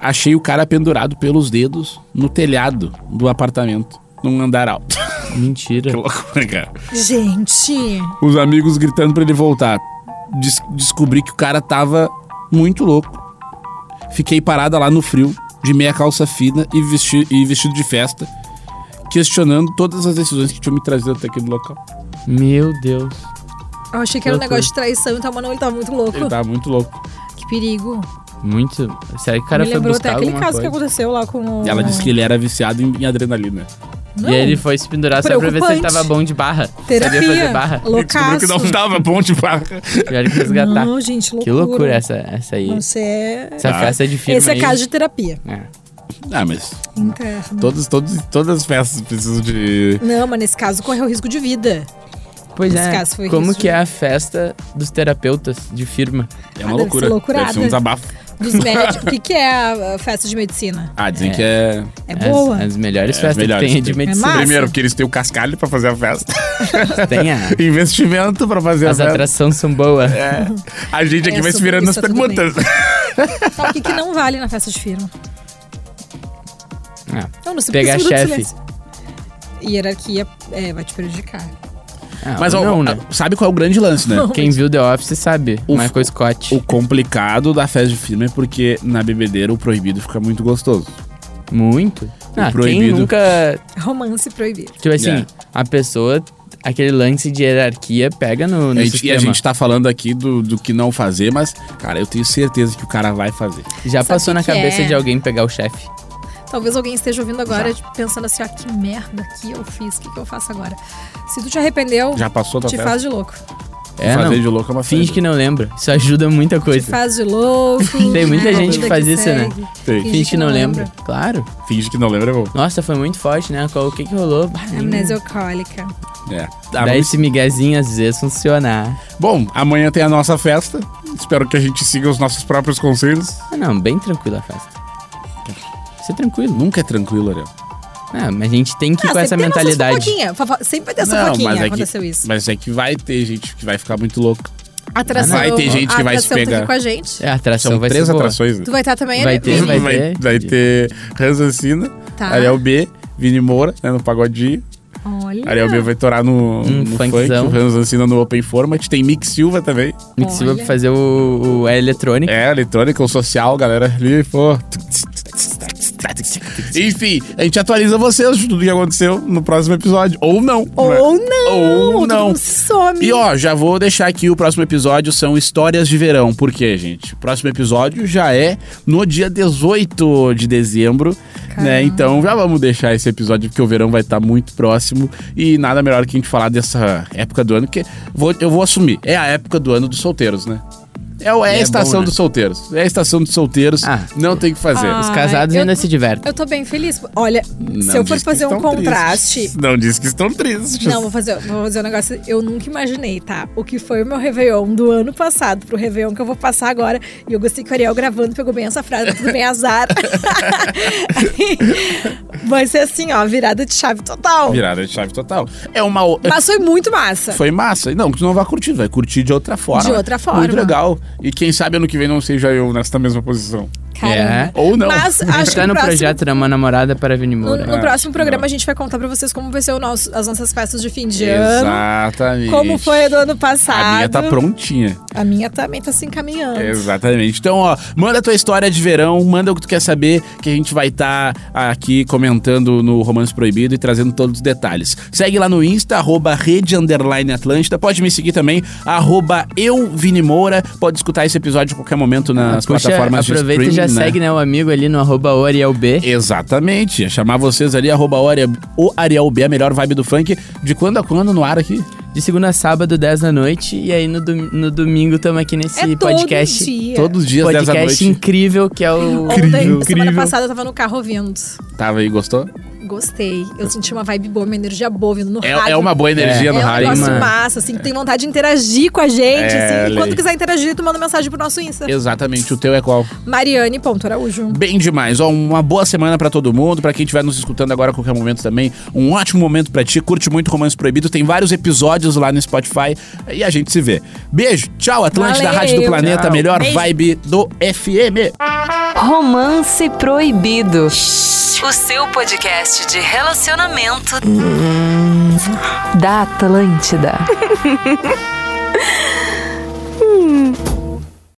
[SPEAKER 2] Achei o cara pendurado pelos dedos no telhado do apartamento, num andar alto.
[SPEAKER 3] Mentira.
[SPEAKER 2] Que loucura, cara.
[SPEAKER 4] Gente,
[SPEAKER 2] Os amigos gritando pra ele voltar. Des- descobri que o cara tava muito louco. Fiquei parada lá no frio, de meia calça fina e, vesti- e vestido de festa, questionando todas as decisões que tinham me trazido até aquele local.
[SPEAKER 3] Meu Deus.
[SPEAKER 4] eu achei que era um
[SPEAKER 3] Loucura.
[SPEAKER 4] negócio de traição, então, mano, ele tava muito louco.
[SPEAKER 3] tá-
[SPEAKER 2] Ele tava muito louco.
[SPEAKER 4] Que perigo.
[SPEAKER 3] Muito. Será que o cara
[SPEAKER 4] Me
[SPEAKER 3] foi
[SPEAKER 4] lembrou
[SPEAKER 3] buscar
[SPEAKER 4] até aquele
[SPEAKER 3] alguma
[SPEAKER 4] caso que
[SPEAKER 3] coisa?
[SPEAKER 4] aconteceu lá com o...
[SPEAKER 2] E Ela disse que ele era viciado em, em adrenalina.
[SPEAKER 4] Não,
[SPEAKER 3] E aí ele foi se pendurar só pra ver se ele
[SPEAKER 4] Preocupante.
[SPEAKER 3] tava bom de barra. Sabia fazer
[SPEAKER 4] terapia,
[SPEAKER 3] barra.
[SPEAKER 2] Descobriu que
[SPEAKER 4] loucaço.
[SPEAKER 2] não dava bom de barra.
[SPEAKER 3] Tiveram que resgatar.
[SPEAKER 4] Não, gente, loucura.
[SPEAKER 3] que loucura essa, essa aí.
[SPEAKER 4] Você é...
[SPEAKER 3] Essa
[SPEAKER 2] Ah.
[SPEAKER 3] festa é de firma
[SPEAKER 4] Esse é
[SPEAKER 3] aí.
[SPEAKER 4] caso de terapia
[SPEAKER 3] É.
[SPEAKER 2] Ah, mas
[SPEAKER 4] interna.
[SPEAKER 2] todos, todos, todas as festas precisam de.
[SPEAKER 4] Não, mas nesse caso correu risco de vida.
[SPEAKER 3] Pois
[SPEAKER 4] Esse
[SPEAKER 3] é.
[SPEAKER 4] caso foi
[SPEAKER 3] Como
[SPEAKER 4] isso,
[SPEAKER 3] que é a festa dos terapeutas de firma?
[SPEAKER 2] É
[SPEAKER 4] Ah, deve
[SPEAKER 2] uma
[SPEAKER 4] ser
[SPEAKER 2] loucura.
[SPEAKER 4] loucurada.
[SPEAKER 2] Deve ser um desabafo.
[SPEAKER 4] Dos médicos. O que, que é a a festa de medicina?
[SPEAKER 2] Ah, dizem que é.
[SPEAKER 4] É
[SPEAKER 3] As-
[SPEAKER 4] boa.
[SPEAKER 3] As, melhores
[SPEAKER 2] É,
[SPEAKER 3] festas
[SPEAKER 2] melhores
[SPEAKER 3] que tem é
[SPEAKER 2] tem.
[SPEAKER 3] de
[SPEAKER 4] É
[SPEAKER 3] medicina.
[SPEAKER 4] massa.
[SPEAKER 2] Primeiro, porque eles têm o cascalho pra fazer a festa.
[SPEAKER 4] É
[SPEAKER 3] tem a,
[SPEAKER 2] Investimento pra fazer
[SPEAKER 3] as
[SPEAKER 2] a festa.
[SPEAKER 3] atrações são boas.
[SPEAKER 2] É. A gente aqui
[SPEAKER 4] É,
[SPEAKER 2] vai se
[SPEAKER 4] sobre
[SPEAKER 2] virando nas
[SPEAKER 4] isso tá tudo
[SPEAKER 2] perguntas.
[SPEAKER 4] Tá, o que, que não vale na festa de firma? Então,
[SPEAKER 3] Ah,
[SPEAKER 4] Não, não sei
[SPEAKER 3] Pegar
[SPEAKER 4] porque esse minuto
[SPEAKER 3] chefe.
[SPEAKER 4] de silêncio. Hierarquia é, vai te prejudicar.
[SPEAKER 3] ah,
[SPEAKER 2] Mas
[SPEAKER 3] ou
[SPEAKER 2] ó,
[SPEAKER 3] não, né?
[SPEAKER 2] a- sabe qual é o grande lance, né?
[SPEAKER 3] Quem viu The Office sabe.
[SPEAKER 2] O
[SPEAKER 3] Michael
[SPEAKER 2] f-
[SPEAKER 3] Scott.
[SPEAKER 2] O complicado da festa de firma é porque na bebedeira o proibido fica muito gostoso.
[SPEAKER 3] Muito. Ah, quem
[SPEAKER 2] proibido.
[SPEAKER 3] nunca
[SPEAKER 4] Romance proibido.
[SPEAKER 3] Tipo assim,
[SPEAKER 2] Yeah.
[SPEAKER 3] a pessoa, aquele lance de hierarquia pega no, no
[SPEAKER 2] A gente- e
[SPEAKER 3] sistema.
[SPEAKER 2] a gente tá falando aqui do, do que não fazer, mas, cara, eu tenho certeza que o cara vai fazer.
[SPEAKER 3] Já
[SPEAKER 4] Sabe
[SPEAKER 3] passou
[SPEAKER 4] o
[SPEAKER 3] na
[SPEAKER 4] que
[SPEAKER 3] cabeça
[SPEAKER 4] é?
[SPEAKER 3] de alguém pegar o chefe.
[SPEAKER 4] Talvez alguém esteja ouvindo agora pensando assim, ó, que merda que eu fiz, o que, que eu faço agora? Se tu te arrependeu,
[SPEAKER 2] Já passou da
[SPEAKER 4] te
[SPEAKER 2] festa?
[SPEAKER 4] faz de louco.
[SPEAKER 3] É,
[SPEAKER 2] fazer
[SPEAKER 3] não.
[SPEAKER 2] de louco é uma
[SPEAKER 3] Finge que não lembra. Isso ajuda muita
[SPEAKER 2] é.
[SPEAKER 4] Te
[SPEAKER 3] coisa.
[SPEAKER 4] faz de louco.
[SPEAKER 3] Tem muita
[SPEAKER 4] né,
[SPEAKER 3] gente
[SPEAKER 4] vida
[SPEAKER 3] que faz isso, né?
[SPEAKER 4] segue.
[SPEAKER 2] Tem.
[SPEAKER 3] Finge que não lembra. Claro.
[SPEAKER 2] Finge que não lembra, é bom.
[SPEAKER 3] Nossa, foi muito forte, né? Qual- O que que rolou? Bah, nem-
[SPEAKER 4] Amnésia alcoólica.
[SPEAKER 2] É. Ah,
[SPEAKER 3] Dá
[SPEAKER 2] vamos-
[SPEAKER 3] esse miguezinho às vezes funcionar.
[SPEAKER 2] Bom, amanhã tem a nossa festa. Espero que a gente siga os nossos próprios conselhos.
[SPEAKER 3] Ah, não, bem tranquila a festa. Isso é tranquilo.
[SPEAKER 2] Nunca é tranquilo, Ariel.
[SPEAKER 3] Ah, mas a gente tem que ir
[SPEAKER 4] Ah,
[SPEAKER 3] com essa
[SPEAKER 4] sempre tem nossas
[SPEAKER 3] mentalidade.
[SPEAKER 4] fofoquinha. Fofo- Sempre vai ter essa fofoquinha,
[SPEAKER 2] mas é,
[SPEAKER 4] aconteceu
[SPEAKER 2] que,
[SPEAKER 4] isso.
[SPEAKER 2] mas é que vai ter gente que vai ficar muito louca.
[SPEAKER 4] Atração.
[SPEAKER 2] Vai ter gente que vai
[SPEAKER 4] a
[SPEAKER 2] se
[SPEAKER 4] atração tá aqui
[SPEAKER 2] pegar.
[SPEAKER 4] com a gente.
[SPEAKER 3] É, a atração
[SPEAKER 2] São
[SPEAKER 3] vai
[SPEAKER 2] três
[SPEAKER 3] ser boa.
[SPEAKER 2] atrações. né?
[SPEAKER 4] Tu vai estar também,
[SPEAKER 3] Vai
[SPEAKER 4] né?
[SPEAKER 3] ter, vai
[SPEAKER 2] vai,
[SPEAKER 3] ter.
[SPEAKER 2] vai ter Ranzancina,
[SPEAKER 4] Tá.
[SPEAKER 2] Ariel B, Vini Moura, né, no pagodinho.
[SPEAKER 4] Olha.
[SPEAKER 2] Ariel B vai torar no,
[SPEAKER 3] Um
[SPEAKER 2] no funk,
[SPEAKER 3] funkzão.
[SPEAKER 2] o Ranzancina no Open Format. Tem Mick Silva também.
[SPEAKER 3] Muito possível
[SPEAKER 4] Olha.
[SPEAKER 3] pra fazer o, o eletrônico.
[SPEAKER 2] É, eletrônica, o social, galera ali, pô. Enfim, a gente atualiza vocês de tudo que aconteceu no próximo episódio. Ou não. né?
[SPEAKER 4] Ou não.
[SPEAKER 2] Ou
[SPEAKER 4] todo
[SPEAKER 2] não.
[SPEAKER 4] mundo se some.
[SPEAKER 2] E ó, já vou deixar aqui o próximo episódio são histórias de verão. Por quê, gente? O próximo episódio já é no dia 18 de dezembro, né? Então já vamos deixar esse episódio porque o verão vai estar muito próximo e nada melhor que a gente falar dessa época do ano que vou- eu vou assumir, é a época do ano dos solteiros, né? É, o- é a
[SPEAKER 3] É
[SPEAKER 2] estação
[SPEAKER 3] bom, né?
[SPEAKER 2] dos solteiros. É a estação dos solteiros.
[SPEAKER 3] Ah.
[SPEAKER 2] não tem o que fazer.
[SPEAKER 4] Ah.
[SPEAKER 3] Os casados
[SPEAKER 4] Ai, eu-
[SPEAKER 3] ainda se divertem.
[SPEAKER 4] Eu tô bem feliz. Olha,
[SPEAKER 2] Não
[SPEAKER 4] se eu for
[SPEAKER 2] diz que
[SPEAKER 4] fazer um
[SPEAKER 2] estão tristes.
[SPEAKER 4] contraste.
[SPEAKER 2] Não diz que estão tristes.
[SPEAKER 4] Não, vou fazer, vou fazer um negócio. Eu nunca imaginei, tá? O que foi o meu Réveillon do ano passado pro Réveillon que eu vou passar agora. E eu gostei que o Ariel gravando pegou bem essa frase, tudo bem azar. Vai ser assim, ó, virada de chave total.
[SPEAKER 2] Virada de chave total. É uma. o-
[SPEAKER 4] Mas foi muito massa.
[SPEAKER 2] Foi massa. Não, que tu não vai curtir, vai curtir de outra forma.
[SPEAKER 4] De outra forma.
[SPEAKER 2] Muito legal. E quem sabe ano que vem não seja eu nesta mesma posição.
[SPEAKER 4] Caramba.
[SPEAKER 2] Ou não.
[SPEAKER 4] Mas
[SPEAKER 3] A
[SPEAKER 4] acho
[SPEAKER 3] gente
[SPEAKER 4] que
[SPEAKER 3] tá
[SPEAKER 4] o
[SPEAKER 3] no
[SPEAKER 4] próximo-
[SPEAKER 3] projeto Ramana Namorada para Vini
[SPEAKER 4] No,
[SPEAKER 3] Moura.
[SPEAKER 4] no
[SPEAKER 2] É.
[SPEAKER 4] próximo programa a gente vai contar pra vocês como vai ser o nosso, as nossas festas de fim de ano.
[SPEAKER 2] Exatamente.
[SPEAKER 4] Como foi a do ano passado.
[SPEAKER 2] A minha tá prontinha.
[SPEAKER 4] A minha também tá se encaminhando.
[SPEAKER 2] Exatamente. Então, ó, manda a tua história de verão, manda o que tu quer saber, que a gente vai estar aqui comentando no Romance Proibido e trazendo todos os detalhes. Segue lá no Insta, arroba Rede Underline Atlântida. Pode me seguir também, arroba eu, Vini Moura. Pode escutar esse episódio a qualquer momento nas
[SPEAKER 3] Ah, Puxa,
[SPEAKER 2] plataformas
[SPEAKER 3] aproveita
[SPEAKER 2] de
[SPEAKER 3] e já
[SPEAKER 2] streaming, né?
[SPEAKER 3] segue, né, o amigo ali no arroba Oriel B.
[SPEAKER 2] Exatamente. Ia Chamar vocês ali, arroba o Ariel- o Ariel B, a melhor vibe do funk. De quando a quando no ar aqui?
[SPEAKER 3] De segunda a sábado, 10 da noite. E aí no, dom- no domingo estamos aqui nesse
[SPEAKER 4] é todo
[SPEAKER 3] podcast.
[SPEAKER 4] dia.
[SPEAKER 2] Todos os dias, 10 da
[SPEAKER 3] Podcast
[SPEAKER 2] noite.
[SPEAKER 3] incrível que é o.
[SPEAKER 4] Ontem, semana passada, eu tava no carro ouvindo.
[SPEAKER 2] Tava aí, gostou?
[SPEAKER 4] Gostei. Eu senti uma vibe boa, uma energia boa vindo no rádio.
[SPEAKER 2] É, é uma boa energia
[SPEAKER 4] é
[SPEAKER 2] no
[SPEAKER 4] um
[SPEAKER 2] rádio.
[SPEAKER 4] negócio
[SPEAKER 3] mano.
[SPEAKER 4] massa, assim, que tem vontade de interagir com a gente.
[SPEAKER 2] É,
[SPEAKER 4] assim,
[SPEAKER 2] olha
[SPEAKER 4] e quando
[SPEAKER 2] aí.
[SPEAKER 4] quiser interagir, tu manda mensagem pro nosso Insta.
[SPEAKER 2] Exatamente, o teu é qual?
[SPEAKER 4] Mariane.araújo.
[SPEAKER 2] Bem demais. Ó, uma boa semana pra todo mundo, pra quem estiver nos escutando agora a qualquer momento também. Um ótimo momento pra ti. Curte muito Romance Proibido, tem vários episódios lá no Spotify e a gente se vê. Beijo. Tchau, Atlântida,
[SPEAKER 4] Valeu.
[SPEAKER 2] Rádio do Planeta,
[SPEAKER 3] Tchau.
[SPEAKER 2] melhor
[SPEAKER 4] Beijo.
[SPEAKER 2] vibe do FM.
[SPEAKER 1] Romance Proibido. O seu podcast de relacionamento da Atlântida.